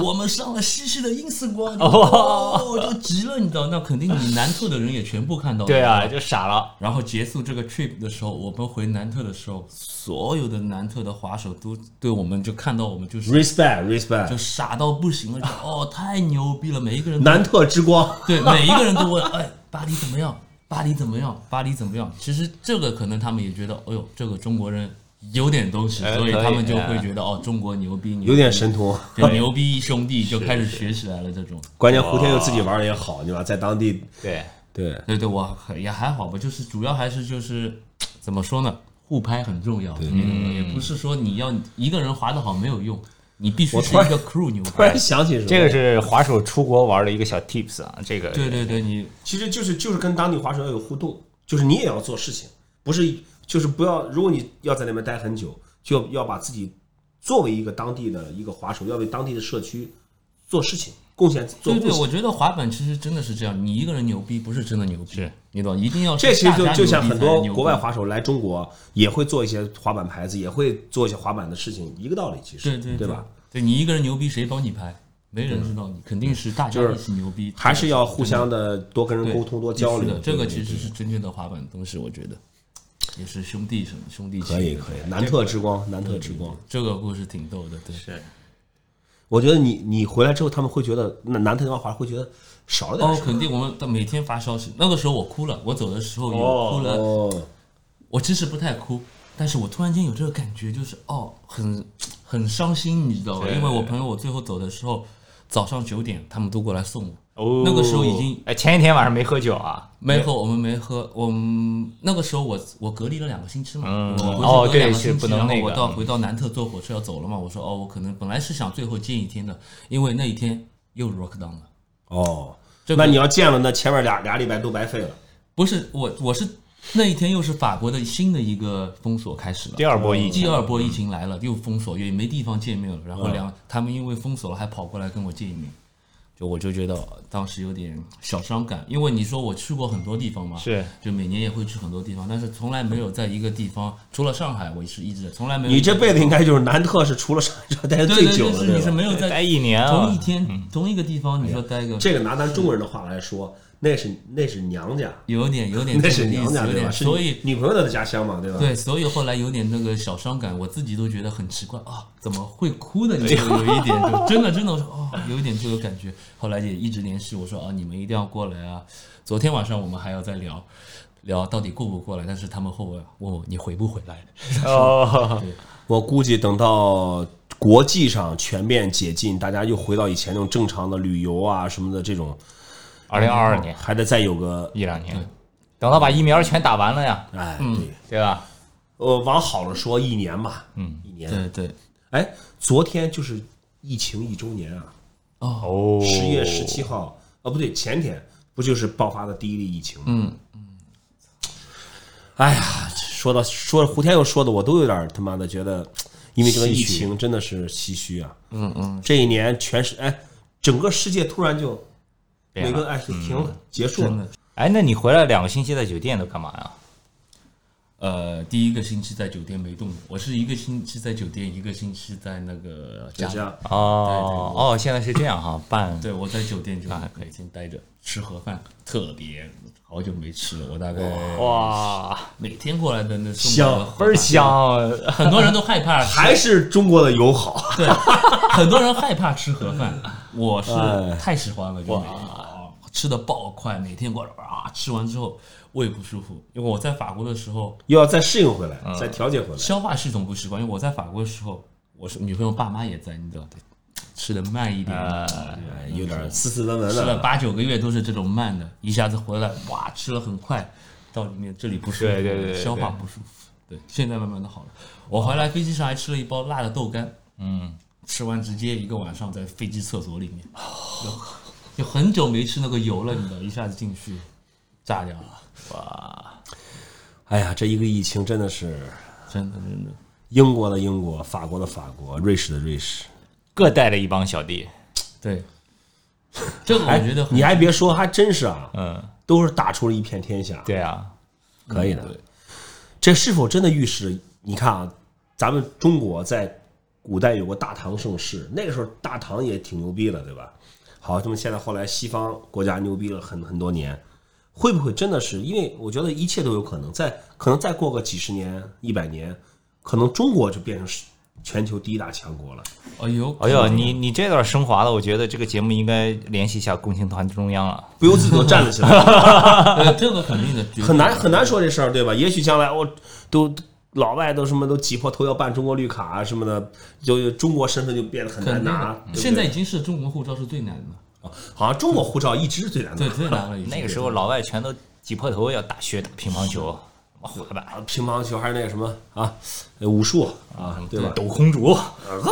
[SPEAKER 1] 我们上了西西的 ins 光， (laughs) 哦，就急了，你知道？那肯定你南特的人也全部看到了。
[SPEAKER 2] 对啊，就傻了，
[SPEAKER 1] 然后结束这个 trip 的时候，我们回南特的时候，所有的南特的滑手都对我们就看到我们就是
[SPEAKER 3] ，respect
[SPEAKER 1] 就
[SPEAKER 3] respect，
[SPEAKER 1] 傻到不行了，
[SPEAKER 2] (laughs)
[SPEAKER 1] 就哦太牛逼了，每一个人都
[SPEAKER 3] 南特之光，
[SPEAKER 1] 对每一个人都问，哎，巴黎怎么样？巴黎怎么样？巴黎怎么样？其实这个可能他们也觉得，哎呦，这个中国人有点东西，
[SPEAKER 2] 哎
[SPEAKER 1] 所以
[SPEAKER 2] 可以
[SPEAKER 1] 他们就会觉得哦，中国牛逼，牛逼
[SPEAKER 3] 有点神童。
[SPEAKER 1] 对牛逼兄弟就开始学起来了这种。
[SPEAKER 3] 关键胡天佑自己玩的也好，对吧？在当地，
[SPEAKER 2] 对，
[SPEAKER 3] 对，
[SPEAKER 1] 对对，我还也还好吧，就是主要还是就是怎么说呢，互拍很重要，嗯也不是说你要一个人滑得好没有用，你必须
[SPEAKER 3] 我
[SPEAKER 1] 是
[SPEAKER 3] 突然
[SPEAKER 1] 一个 crew 牛
[SPEAKER 3] 突然
[SPEAKER 1] 掰。
[SPEAKER 3] 想起什么，
[SPEAKER 2] 这个是滑手出国玩的一个小 tips 啊，这个
[SPEAKER 1] 对对对，你
[SPEAKER 3] 其实就是就是跟当地滑手要有互动，就是你也要做事情，不是就是不要，如果你要在那边待很久，就要把自己作为一个当地的一个滑手，要为当地的社区做事情，贡献做
[SPEAKER 1] 对
[SPEAKER 3] 贡
[SPEAKER 1] 对，
[SPEAKER 3] 献。
[SPEAKER 1] 我觉得滑板其实真的是这样，你一个人牛逼不是真的牛逼，
[SPEAKER 2] 是
[SPEAKER 1] 你懂？一定要是
[SPEAKER 3] 这其实就
[SPEAKER 1] 大家
[SPEAKER 3] 就像
[SPEAKER 1] 牛逼
[SPEAKER 3] 很
[SPEAKER 1] 才
[SPEAKER 3] 多
[SPEAKER 1] 牛逼
[SPEAKER 3] 国外滑手来中国也会做一些滑板牌子，也会做一些滑板的事情，一个道理其实，
[SPEAKER 1] 对对
[SPEAKER 3] 对吧？？
[SPEAKER 1] 对你一个人牛逼，谁帮你拍？没人知道你，肯定是大家
[SPEAKER 3] 就是
[SPEAKER 1] 一起牛逼，
[SPEAKER 3] 还是要互相的多跟人沟通，多交
[SPEAKER 1] 是
[SPEAKER 3] 流
[SPEAKER 1] 的。这个
[SPEAKER 3] 对
[SPEAKER 1] 其实
[SPEAKER 3] 对
[SPEAKER 1] 是真正的滑板东西，我觉得也是兄弟什么兄弟情
[SPEAKER 3] 可以可以，南特之光，南特之光。
[SPEAKER 1] 这个故事挺逗的，对，
[SPEAKER 2] 是
[SPEAKER 3] 我觉得你你回来之后，他们会觉得那南特之光滑会觉得少了点
[SPEAKER 1] 哦，
[SPEAKER 3] 什么。
[SPEAKER 1] 肯定我们每天发消息，那个时候我哭了，我走的时候有哭了，
[SPEAKER 3] 哦，
[SPEAKER 1] 我其实不太哭，但是我突然间有这个感觉，就是哦，很很伤心，你知道吧？
[SPEAKER 2] 对
[SPEAKER 1] 因为我朋友我最后走的时候，早上九点他们都过来送我，
[SPEAKER 2] 哦
[SPEAKER 1] 那个时候已经
[SPEAKER 2] 哎，前一天晚上没喝酒啊，
[SPEAKER 1] 没喝，我们没喝，我们那个时候我我隔离了两个星期嘛，
[SPEAKER 2] 嗯
[SPEAKER 1] 我回去
[SPEAKER 2] 哦
[SPEAKER 1] 隔离两个
[SPEAKER 2] 对是
[SPEAKER 1] 星
[SPEAKER 2] 不
[SPEAKER 1] 期，
[SPEAKER 2] 能
[SPEAKER 1] 然后
[SPEAKER 2] 那个
[SPEAKER 1] 我到
[SPEAKER 2] 嗯
[SPEAKER 1] 回到南特坐火车要走了嘛，我说哦，我可能本来是想最后见一天的，因为那一天又 rock down 了，
[SPEAKER 3] 哦，
[SPEAKER 1] 这个
[SPEAKER 3] 那你要见了，那前面俩俩礼拜都白费了。
[SPEAKER 1] 不是我我是那一天又是法国的新的一个封锁开始了，
[SPEAKER 2] 第二波疫
[SPEAKER 1] 第
[SPEAKER 2] 情，
[SPEAKER 1] 二波疫情嗯来了，又封锁，也没地方见面了。然后两、他们因为封锁了，还跑过来跟我见一面，就我就觉得当时有点小伤感，因为你说我去过很多地方嘛，
[SPEAKER 2] 是
[SPEAKER 1] 就每年也会去很多地方，但是从来没有在一个地方，除了上海，我是一直从来没有。
[SPEAKER 3] 你这辈子应该就是南特是除了上海之外待的
[SPEAKER 1] 对
[SPEAKER 3] 最
[SPEAKER 1] 对
[SPEAKER 3] 久
[SPEAKER 1] 嗯对，
[SPEAKER 3] 的，
[SPEAKER 1] 是你是
[SPEAKER 3] 吧？
[SPEAKER 1] 没有
[SPEAKER 2] 待
[SPEAKER 1] 在
[SPEAKER 2] 一年啊
[SPEAKER 1] 同一，天同一个地方，你说待个
[SPEAKER 3] 这个拿咱中国人的话来说，那是那是娘家，
[SPEAKER 1] 有点有点
[SPEAKER 3] 那
[SPEAKER 1] 这
[SPEAKER 3] 是
[SPEAKER 1] 个意
[SPEAKER 3] 娘
[SPEAKER 1] 思，
[SPEAKER 3] 家
[SPEAKER 1] 有
[SPEAKER 3] 对吧？
[SPEAKER 1] 点
[SPEAKER 3] 是
[SPEAKER 1] 所以
[SPEAKER 3] 你女朋友的家乡嘛，对吧？
[SPEAKER 1] 对，所以后来有点那个小伤感，我自己都觉得很奇怪啊，怎么会哭的？你就有一点，就真的真的，我说哦，有一点这个感觉。后来也一直联系我说啊，你们一定要过来啊。昨天晚上我们还要再聊聊到底过不过来，但是他们后来问我你回不回来？
[SPEAKER 2] 哦，
[SPEAKER 3] 我估计等到国际上全面解禁，大家又回到以前那种正常的旅游啊什么的这种，
[SPEAKER 2] 二零二二
[SPEAKER 1] 嗯
[SPEAKER 2] 年
[SPEAKER 3] 还得再有个
[SPEAKER 2] 一两年，等到把疫苗全打完了呀，
[SPEAKER 3] 哎，
[SPEAKER 1] 嗯
[SPEAKER 3] 对，
[SPEAKER 2] 对吧？
[SPEAKER 3] 呃，往好了说一年吧，嗯，一年。
[SPEAKER 1] 对对，
[SPEAKER 3] 哎，昨天就是疫情一周年啊，
[SPEAKER 2] 哦，
[SPEAKER 3] 十月十七号，哦不对，前天不就是爆发的第一例疫情吗？嗯哎呀，说到说胡天佑说的，我都有点他妈的觉得，因为这个疫情真的是唏嘘啊。嗯嗯，这一年全是哎，整个世界突然就
[SPEAKER 2] 变了
[SPEAKER 3] 每个哎停了，结束
[SPEAKER 1] 真
[SPEAKER 3] 了
[SPEAKER 1] 的。。
[SPEAKER 2] 哎，那你回来两个星期在酒店都干嘛呀？
[SPEAKER 1] 呃，第一个星期在酒店没动，我是一个星期在酒店，一个星期在那个
[SPEAKER 3] 就
[SPEAKER 1] 家
[SPEAKER 3] 这。样，
[SPEAKER 2] 哦哦，现在是这样哈，办
[SPEAKER 1] 对，我在酒店就
[SPEAKER 2] 那还可
[SPEAKER 1] 可以先待着，吃盒饭，特别好久没吃了，我大概
[SPEAKER 2] 哇，
[SPEAKER 1] 每天过来的那送
[SPEAKER 3] 香
[SPEAKER 1] 到的盒
[SPEAKER 2] 倍儿
[SPEAKER 1] 饭
[SPEAKER 2] 香，
[SPEAKER 1] 很多人都害怕吃，
[SPEAKER 3] 还是中国的友 (laughs) 好。
[SPEAKER 1] 对，很多人害怕吃盒饭，我是
[SPEAKER 3] 哎
[SPEAKER 1] 太喜欢了，就每天哦吃的爆快，每天过来啊，吃完之后胃不舒服，因为我在法国的时候
[SPEAKER 3] 又要再适应回来，再调节回来。
[SPEAKER 1] 消化系统不习惯，因为我在法国的时候，我是女朋友爸妈也在，你知道的，吃的慢一点。
[SPEAKER 2] 呃，
[SPEAKER 3] 哎，有点斯斯文文
[SPEAKER 1] 吃了
[SPEAKER 3] 的。
[SPEAKER 1] 八九个月都是这种慢的，一下子回来哇，吃了很快，到里面这里不舒服，
[SPEAKER 2] 对对对对对
[SPEAKER 1] 消化不舒服。对，现在慢慢的好了。我回来飞机上还吃了一包辣的豆干，嗯，吃完直接一个晚上在飞机厕所里面，就就很久没吃那个油了，你知道，一下子进去炸掉了，
[SPEAKER 3] 哎呀，这一个疫情真的是
[SPEAKER 1] 真的真的。
[SPEAKER 3] 英国的英国，法国的法国，瑞士的瑞士。
[SPEAKER 2] 各带了一帮小弟，
[SPEAKER 1] 对，这个我觉得
[SPEAKER 3] 哎
[SPEAKER 1] 很
[SPEAKER 3] 你还别说，还真是啊，
[SPEAKER 2] 嗯，
[SPEAKER 3] 都是打出了一片天下，
[SPEAKER 2] 对啊，
[SPEAKER 3] 可以的。这是否真的预示？你看啊，咱们中国在古代有过大唐盛世，那个时候大唐也挺牛逼的，对吧？好，那么现在后来西方国家牛逼了很很多年，会不会真的是？因为我觉得一切都有可能，在可能再过个几十年、一百年，可能中国就变成是全球第一大强国了。
[SPEAKER 1] 哎呦，
[SPEAKER 2] 哎呦，你你这段升华了，我觉得这个节目应该联系一下共青团中央了。
[SPEAKER 3] 不由自主地站了起来。
[SPEAKER 1] 呃这个肯定的，
[SPEAKER 3] 很难很难说这事儿，对吧？也许将来我都老外都什么都挤破头要办中国绿卡啊什么的，就中国身份就变得很
[SPEAKER 1] 肯
[SPEAKER 3] 难
[SPEAKER 1] 定
[SPEAKER 3] 拿
[SPEAKER 1] 的。。
[SPEAKER 3] 对不对
[SPEAKER 1] 现在已经是中国护照是最难的，
[SPEAKER 3] 好像中国护照一直是最难
[SPEAKER 1] 对，
[SPEAKER 3] 的，
[SPEAKER 1] 最难了已经。
[SPEAKER 2] 那个时候老外全都挤破头要打雪、打乒乓球、滑板、
[SPEAKER 3] 啊乒乓球还是那个什么啊，呃武术啊，对吧？
[SPEAKER 2] 抖空竹，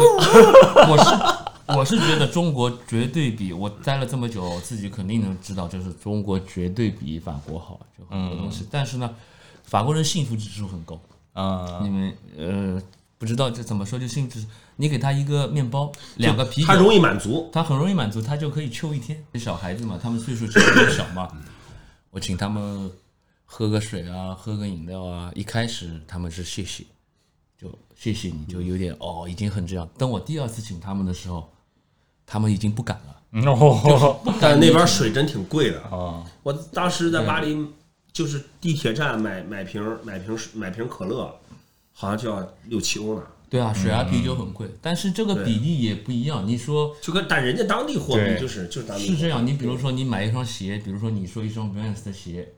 [SPEAKER 1] 我是我是觉得中国绝对比我待了这么久，我自己肯定能知道，就是中国绝对比法国好，就很多东西。但是呢，法国人幸福指数很高，
[SPEAKER 2] 嗯，
[SPEAKER 1] 你们呃不知道这怎么说，就幸福指，你给他一个面包，两个啤酒，
[SPEAKER 3] 他容易满足。
[SPEAKER 1] 他很容易满足，他就可以秋一天。小孩子嘛，他们岁数其实也小嘛，我请他们喝个水啊，喝个饮料啊。一开始他们是谢谢，就谢谢你，就有点哦，已经很这样。等我第二次请他们的时候，他们已经不敢了。
[SPEAKER 2] (laughs) 哦，
[SPEAKER 3] 但那
[SPEAKER 1] 嗯
[SPEAKER 3] 边水真挺贵的啊！我当时在巴黎，就是地铁站买买瓶买瓶买瓶可乐，好像就要六七欧呢。
[SPEAKER 1] 对啊，水啊啤酒很贵，但是这个比例也不一样。你说
[SPEAKER 3] 就跟但人家当地货币
[SPEAKER 2] 对
[SPEAKER 3] 就是就是当地货
[SPEAKER 1] 是
[SPEAKER 3] 币
[SPEAKER 1] 这样，你比如说你买一双鞋，比如说你说一双 Vans 的鞋，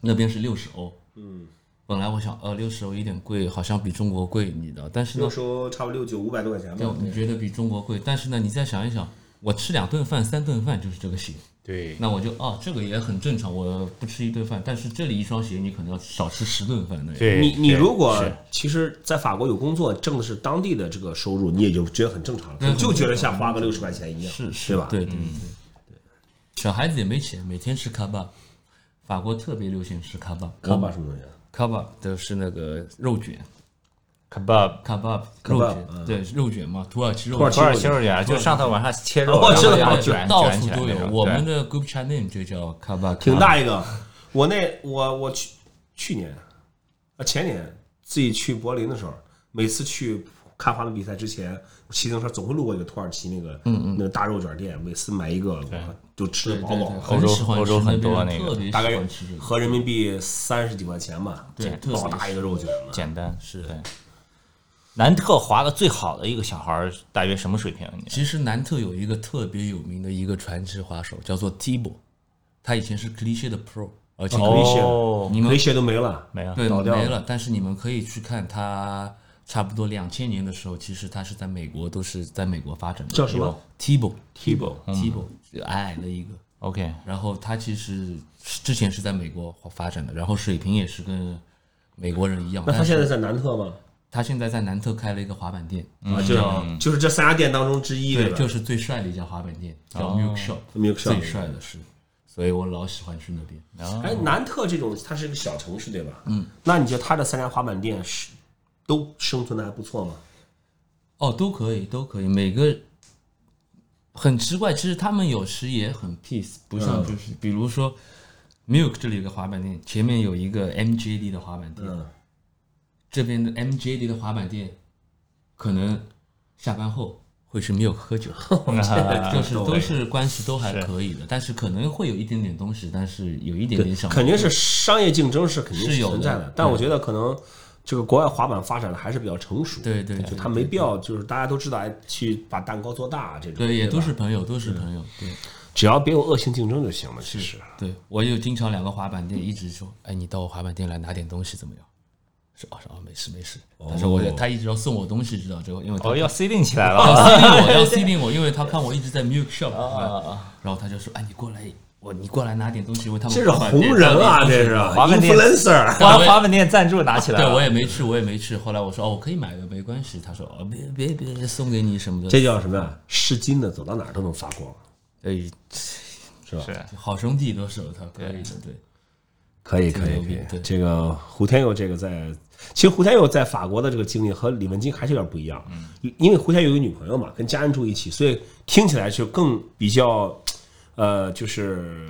[SPEAKER 1] 那边是六十欧。嗯，本来我想呃六十欧有点贵，好像比中国贵，你知道，但是呢
[SPEAKER 3] 那，时候差不多六九五百多块钱
[SPEAKER 1] 对
[SPEAKER 3] 吧，。
[SPEAKER 1] 你觉得比中国贵，但是呢，你再想一想，我吃两顿饭、三顿饭就是这个鞋，
[SPEAKER 2] 对，
[SPEAKER 1] 那我就哦，这个也很正常，我不吃一顿饭，但是这里一双鞋你可能要少吃十顿饭那样。
[SPEAKER 2] 对
[SPEAKER 3] 你你
[SPEAKER 2] 对
[SPEAKER 3] 如果
[SPEAKER 2] 是
[SPEAKER 3] 其实，在法国有工作，挣的是当地的这个收入，你也就觉得很正常
[SPEAKER 1] 对
[SPEAKER 3] 了，就觉得像花个六十块钱一
[SPEAKER 1] 嗯
[SPEAKER 3] 样，
[SPEAKER 1] 是是
[SPEAKER 3] 对吧？
[SPEAKER 1] 对对对对。小孩子也没钱，每天吃卡巴，法国特别流行吃卡巴，
[SPEAKER 3] 卡巴什么东西啊？
[SPEAKER 1] 卡巴就是那个肉卷，
[SPEAKER 2] kebab
[SPEAKER 1] 卡巴
[SPEAKER 3] Kebab，
[SPEAKER 1] 肉卷，
[SPEAKER 3] 嗯
[SPEAKER 1] 对肉卷嘛，土耳其肉
[SPEAKER 3] 土耳
[SPEAKER 1] 卷
[SPEAKER 3] 其
[SPEAKER 2] 土耳其肉卷，就上头往上切
[SPEAKER 1] 哦
[SPEAKER 2] 肉，
[SPEAKER 3] 我知道
[SPEAKER 2] 然后卷
[SPEAKER 1] 到
[SPEAKER 2] 卷
[SPEAKER 1] 处
[SPEAKER 2] 起来
[SPEAKER 1] 都
[SPEAKER 2] 那
[SPEAKER 1] 有。
[SPEAKER 2] 种
[SPEAKER 1] 我
[SPEAKER 2] 对
[SPEAKER 1] 们的 group chat name 就叫卡巴，
[SPEAKER 3] 挺大一个。我那我我去去年啊前年自己去柏林的时候，每次去看花的比赛之前，骑自行车总会路过一个土耳其那个嗯嗯那个大肉卷店，每次买一个我就吃
[SPEAKER 1] 对对
[SPEAKER 3] 得饱饱
[SPEAKER 1] 对，
[SPEAKER 3] 的，
[SPEAKER 2] 欧
[SPEAKER 1] 很
[SPEAKER 2] 洲
[SPEAKER 1] 喜欢
[SPEAKER 2] 欧洲
[SPEAKER 1] 吃
[SPEAKER 2] 很多
[SPEAKER 1] 边
[SPEAKER 2] 那
[SPEAKER 1] 人
[SPEAKER 2] 个
[SPEAKER 1] 特别喜
[SPEAKER 3] 大概
[SPEAKER 1] 欢吃这个。
[SPEAKER 3] 合人民币三十几块钱吧，
[SPEAKER 1] 对特
[SPEAKER 3] 老
[SPEAKER 1] 别
[SPEAKER 3] 大一个肉卷嘛。
[SPEAKER 2] 简单
[SPEAKER 1] 是
[SPEAKER 2] 对。南特滑的最好的一个小孩儿大约什么水平？你
[SPEAKER 1] 其实南特有一个特别有名的一个传奇滑手，叫做 t i b o 他以前是 Cliche 的 Pro，而且
[SPEAKER 3] 哦 Cliche
[SPEAKER 1] 你们
[SPEAKER 3] 那些都没了，
[SPEAKER 2] 没了，
[SPEAKER 1] 对
[SPEAKER 3] 倒掉了
[SPEAKER 1] 没了。但是你们可以去看他，差不多两千年的时候，其实他是在美国，都是在美国发展的。
[SPEAKER 3] 叫什么嗯
[SPEAKER 1] t i b o
[SPEAKER 3] t i b o
[SPEAKER 1] t i b o 矮矮的一个。
[SPEAKER 2] (laughs) OK，
[SPEAKER 1] 然后他其实是之前是在美国发展的，然后水平也是跟美国人一样。
[SPEAKER 3] 那他
[SPEAKER 1] 但是
[SPEAKER 3] 现在在南特吗？
[SPEAKER 1] 他现在在南特开了一个滑板店，
[SPEAKER 3] 啊，就是就是这三家店当中之一，
[SPEAKER 1] 嗯对，
[SPEAKER 3] 吧？
[SPEAKER 1] 就是最帅的一家滑板店，叫
[SPEAKER 3] 哦
[SPEAKER 1] Milk Shop，、
[SPEAKER 3] Milk Shop
[SPEAKER 1] 最帅的是，所以我老喜欢去那边。
[SPEAKER 3] 哎，南特这种它是一个小城市，对吧？嗯，那你觉得它的三家滑板店是都生存的还不错吗？
[SPEAKER 1] 哦，都可以，都可以，每个很奇怪，其实他们有时也很 peace，不像就是、比如说 Milk 这里有个滑板店，前面有一个 MJD 的滑板店，
[SPEAKER 3] 嗯
[SPEAKER 1] 这边的 MJD 的滑板店可能下班后。会去 milk 喝酒，就是啊都是关系都还可以的，但是可能会有一点点东西，但是有一点点小
[SPEAKER 3] 肯定是商业竞争是肯
[SPEAKER 1] 嗯
[SPEAKER 3] 定
[SPEAKER 1] 是有的嗯
[SPEAKER 3] 存在的，但我觉得可能这个国外滑板发展的还是比较成熟，
[SPEAKER 1] 对对对
[SPEAKER 3] 就它没必要就是大家都知道哎去把蛋糕做大啊这种，
[SPEAKER 1] 对，也
[SPEAKER 3] 吧
[SPEAKER 1] 都是朋友，都是朋友。对
[SPEAKER 3] 只要别有恶性竞争就行了。其实
[SPEAKER 1] 对，我有经常两个滑板店一直说，哎，你到我滑板店来拿点东西怎么样？说哦，说哦，没事没事。他说我他一直要送我东西，知道这个，因为他
[SPEAKER 2] 哦，要 C 定起来
[SPEAKER 1] 要
[SPEAKER 2] (laughs) 了，
[SPEAKER 1] 吸引我，要吸引我，因为他看我一直在 milk
[SPEAKER 3] 啊
[SPEAKER 1] shop，然后他就说，哎，你过来，我你过来拿点东西，因为他们
[SPEAKER 3] 这是
[SPEAKER 1] 滑板店
[SPEAKER 3] 红人啊，
[SPEAKER 1] 到底
[SPEAKER 3] 这是
[SPEAKER 2] 滑板店
[SPEAKER 3] influencer，
[SPEAKER 2] 滑滑板店赞助拿起来
[SPEAKER 1] 对，
[SPEAKER 2] 了，
[SPEAKER 1] 我也没去，我也没去。后来我说哦，我可以买个，没关系。他说哦，别别别，送给你什么的。
[SPEAKER 3] 这叫什么呀？是金的走到哪儿都能发光，
[SPEAKER 1] 哎，
[SPEAKER 3] 是吧？
[SPEAKER 2] 是
[SPEAKER 1] 好兄弟都是有他可以的，对。
[SPEAKER 3] 可以
[SPEAKER 1] 这
[SPEAKER 3] 可
[SPEAKER 1] 个
[SPEAKER 3] 以
[SPEAKER 1] 牛
[SPEAKER 3] 可
[SPEAKER 1] 逼
[SPEAKER 3] 以
[SPEAKER 1] 对，
[SPEAKER 3] 这个胡天佑这个在，其实胡天佑在法国的这个经历和李文金还是有点不一样，
[SPEAKER 1] 嗯
[SPEAKER 3] 因为胡天佑有个女朋友嘛，跟家人住一起，所以听起来就更比较，呃，就是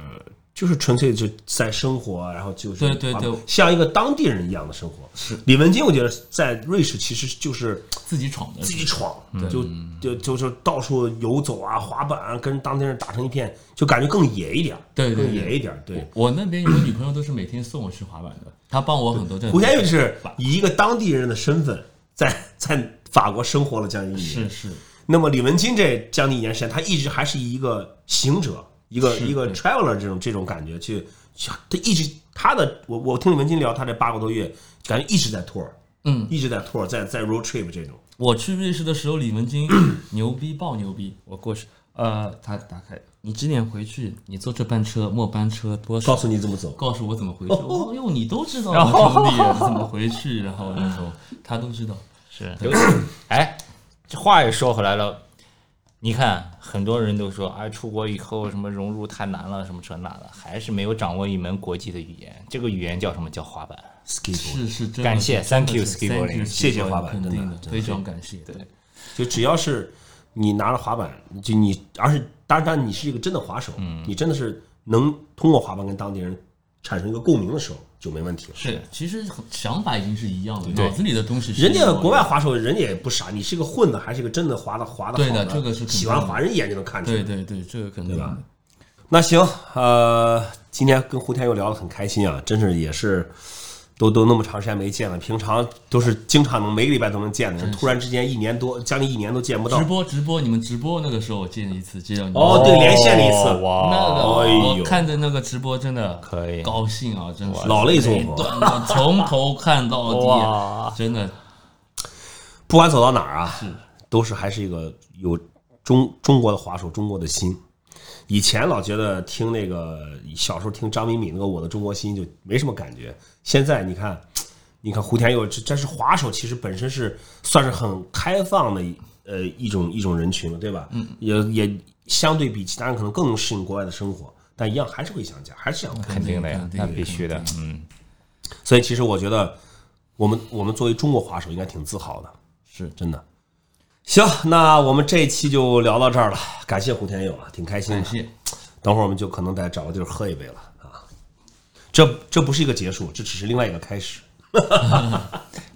[SPEAKER 3] 就是纯粹就在生活，然后就是啊
[SPEAKER 1] 对对对
[SPEAKER 3] 像一个当地人一样的生活。是李文金，我觉得在瑞士其实就是
[SPEAKER 1] 自己闯的，
[SPEAKER 3] 自己闯，
[SPEAKER 1] 嗯
[SPEAKER 3] 就就就是到处游走啊，滑板啊，跟当地人打成一片，就感觉更野一点儿，
[SPEAKER 1] 对对
[SPEAKER 3] 更
[SPEAKER 1] 对
[SPEAKER 3] 野一点儿，对。
[SPEAKER 1] 我那边有个女朋友都是每天送我去滑板的，她帮我很多这个。
[SPEAKER 3] 胡天宇是以一个当地人的身份在在法国生活了将近一
[SPEAKER 1] 是
[SPEAKER 3] 年。
[SPEAKER 1] 是，
[SPEAKER 3] 那么李文金这将近一年时间，他一直还是以一个行者、一个一个 traveler 这种这种感觉去，去他一直他的我我听李文金聊他这八个多月，感觉一直在 tour，嗯，一直在 tour，在在 road trip 这种。
[SPEAKER 1] 我去瑞士的时候，李文金牛逼爆牛逼，我过去，呃，他打开，你几点回去？你坐这班车、末班车多少？
[SPEAKER 3] 告诉你怎么走，
[SPEAKER 1] 告诉我怎么回去。哦哟，你都知道我兄弟啊怎么回去，然后那时候他都知道。
[SPEAKER 2] 是，尤其哎，这话也说回来了，你看很多人都说，哎，出国以后什么融入太难了，什么这那的，还是没有掌握一门国际的语言。这个语言叫什么？叫滑板。
[SPEAKER 3] skateboard
[SPEAKER 1] 是是，真的
[SPEAKER 2] 感谢
[SPEAKER 1] 是真的
[SPEAKER 2] ，thank you
[SPEAKER 1] 是
[SPEAKER 2] skateboarding，
[SPEAKER 1] thank you
[SPEAKER 3] 谢谢滑板
[SPEAKER 1] 肯
[SPEAKER 3] 真的
[SPEAKER 1] 定的，
[SPEAKER 3] 真的
[SPEAKER 1] 非常感谢。对，
[SPEAKER 3] 就只要是你拿了滑板，就你，而是当然你是一个真的滑手，
[SPEAKER 1] 嗯
[SPEAKER 3] 你真的是能通过滑板跟当地人产生一个共鸣的时候，就没问题了。
[SPEAKER 1] 是，其实想法已经是一样的，
[SPEAKER 2] 对
[SPEAKER 1] 脑子里的东西是一
[SPEAKER 3] 人
[SPEAKER 1] 样的。
[SPEAKER 3] 家国外滑手，人家也不傻，你是个混的还是个真的滑的滑的好
[SPEAKER 1] 对的这个是肯定的
[SPEAKER 3] 喜欢滑，人一眼就能看出来
[SPEAKER 1] 对。对对，这个肯定的。
[SPEAKER 3] 那行，呃，今天跟胡天佑聊得很开心啊，真是也是都都那么长时间没见了，平常都是经常能每个礼拜都能见的人，突然之间一年多，将近一年都见不到
[SPEAKER 1] 直。播直播，你们直播那个时候我见一次，见到你们
[SPEAKER 3] 哦，对，连线了一次，
[SPEAKER 1] 那
[SPEAKER 2] 哦哇，
[SPEAKER 1] 个
[SPEAKER 3] 哎呦
[SPEAKER 1] 我看着那个直播真的
[SPEAKER 2] 可以
[SPEAKER 1] 高兴啊，真是
[SPEAKER 3] 老泪纵
[SPEAKER 1] 每
[SPEAKER 3] 横
[SPEAKER 1] 段都从头看到
[SPEAKER 2] 哇
[SPEAKER 1] 底，啊真的
[SPEAKER 3] 不管走到哪儿啊，都是还是一个有中中国的滑手，中国的心。以前老觉得听那个小时候听张敏敏那个《我的中国心》就没什么感觉，现在你看，你看胡天佑，这这是滑手，其实本身是算是很开放的一呃一种一种人群了，对吧？嗯，也也相对比其他人可能更适应国外的生活，但一样还是会想家，还是想看
[SPEAKER 2] 肯定的呀
[SPEAKER 1] 肯，定
[SPEAKER 2] 那
[SPEAKER 1] 的
[SPEAKER 2] 必须的
[SPEAKER 1] 肯，
[SPEAKER 2] 嗯，
[SPEAKER 3] 所以其实我觉得，我们我们作为中国滑手应该挺自豪的，
[SPEAKER 1] 是
[SPEAKER 3] 真的。行，那我们这一期就聊到这儿了，感谢胡天佑啊，挺开心
[SPEAKER 1] 感
[SPEAKER 3] 的。
[SPEAKER 1] 谢。
[SPEAKER 3] 等会儿我们就可能得找个地儿喝一杯了啊。这这不是一个结束，这只是另外一个开始。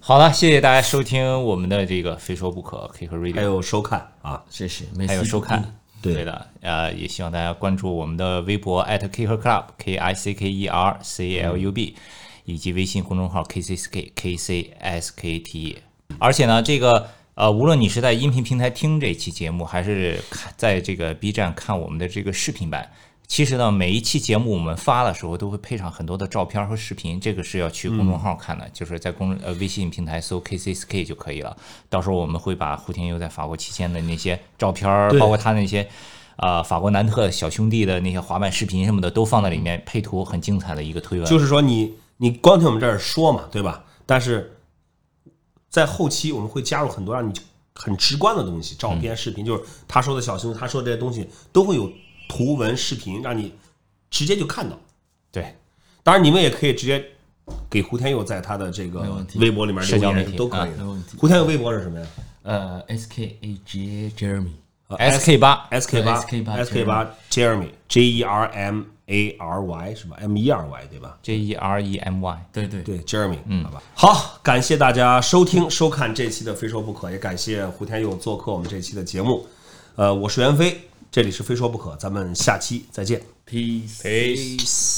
[SPEAKER 2] 好了，谢谢大家收听我们的这个《非说不可》Kick Radio
[SPEAKER 3] 还。有收看啊，
[SPEAKER 1] 谢谢，没
[SPEAKER 2] 还有
[SPEAKER 1] 事
[SPEAKER 2] 收看。
[SPEAKER 3] 对
[SPEAKER 2] 的，呃，也希望大家关注我们的微博 at Kicker Club K I C K E R C L U B，以及微信公众号 K C S K K C S K T。而 E 且呢，这个呃，无论你是在音频平台听这期节目，还是看在这个 B 站看我们的这个视频版。其实呢，每一期节目我们发的时候都会配上很多的照片和视频，这个是要去公众号看的，
[SPEAKER 3] 嗯
[SPEAKER 2] 就是在公呃微信平台搜 KCSK 就可以了。到时候我们会把胡天佑在法国期间的那些照片儿，包括他那些啊、呃法国南特小兄弟的那些滑板视频什么的都放在里面，配图很精彩的一个推文。
[SPEAKER 3] 就是说你你光听我们这儿说嘛，对吧？但是在后期我们会加入很多让你很直观的东西，照片、视频，就是他说的小熊，他说这些东西都会有图文、视频，让你直接就看到。
[SPEAKER 2] 对，
[SPEAKER 3] 当然，你们也可以直接给胡天佑在他的这个
[SPEAKER 1] 没问题
[SPEAKER 3] 微博里面留言
[SPEAKER 2] 社交媒体
[SPEAKER 3] 都可以
[SPEAKER 1] 啊没
[SPEAKER 3] 的
[SPEAKER 1] 问。题
[SPEAKER 3] 胡天佑微博是什么呀
[SPEAKER 1] 呃，S K A J Jeremy，
[SPEAKER 2] SK 呃八，
[SPEAKER 3] ？SK 八
[SPEAKER 1] SK8
[SPEAKER 3] SK 八 Jeremy J E R M A R Y 是吧？M E R Y 对吧？
[SPEAKER 2] J E R E M Y。
[SPEAKER 1] 对对，
[SPEAKER 3] 对，Jeremy，嗯，好吧，好，感谢大家收听收看这期的《非说不可》，也感谢胡天佑做客我们这期的节目。呃，我是袁飞，这里是《非说不可》，咱们下期再见。
[SPEAKER 1] ，peace。
[SPEAKER 3] Peace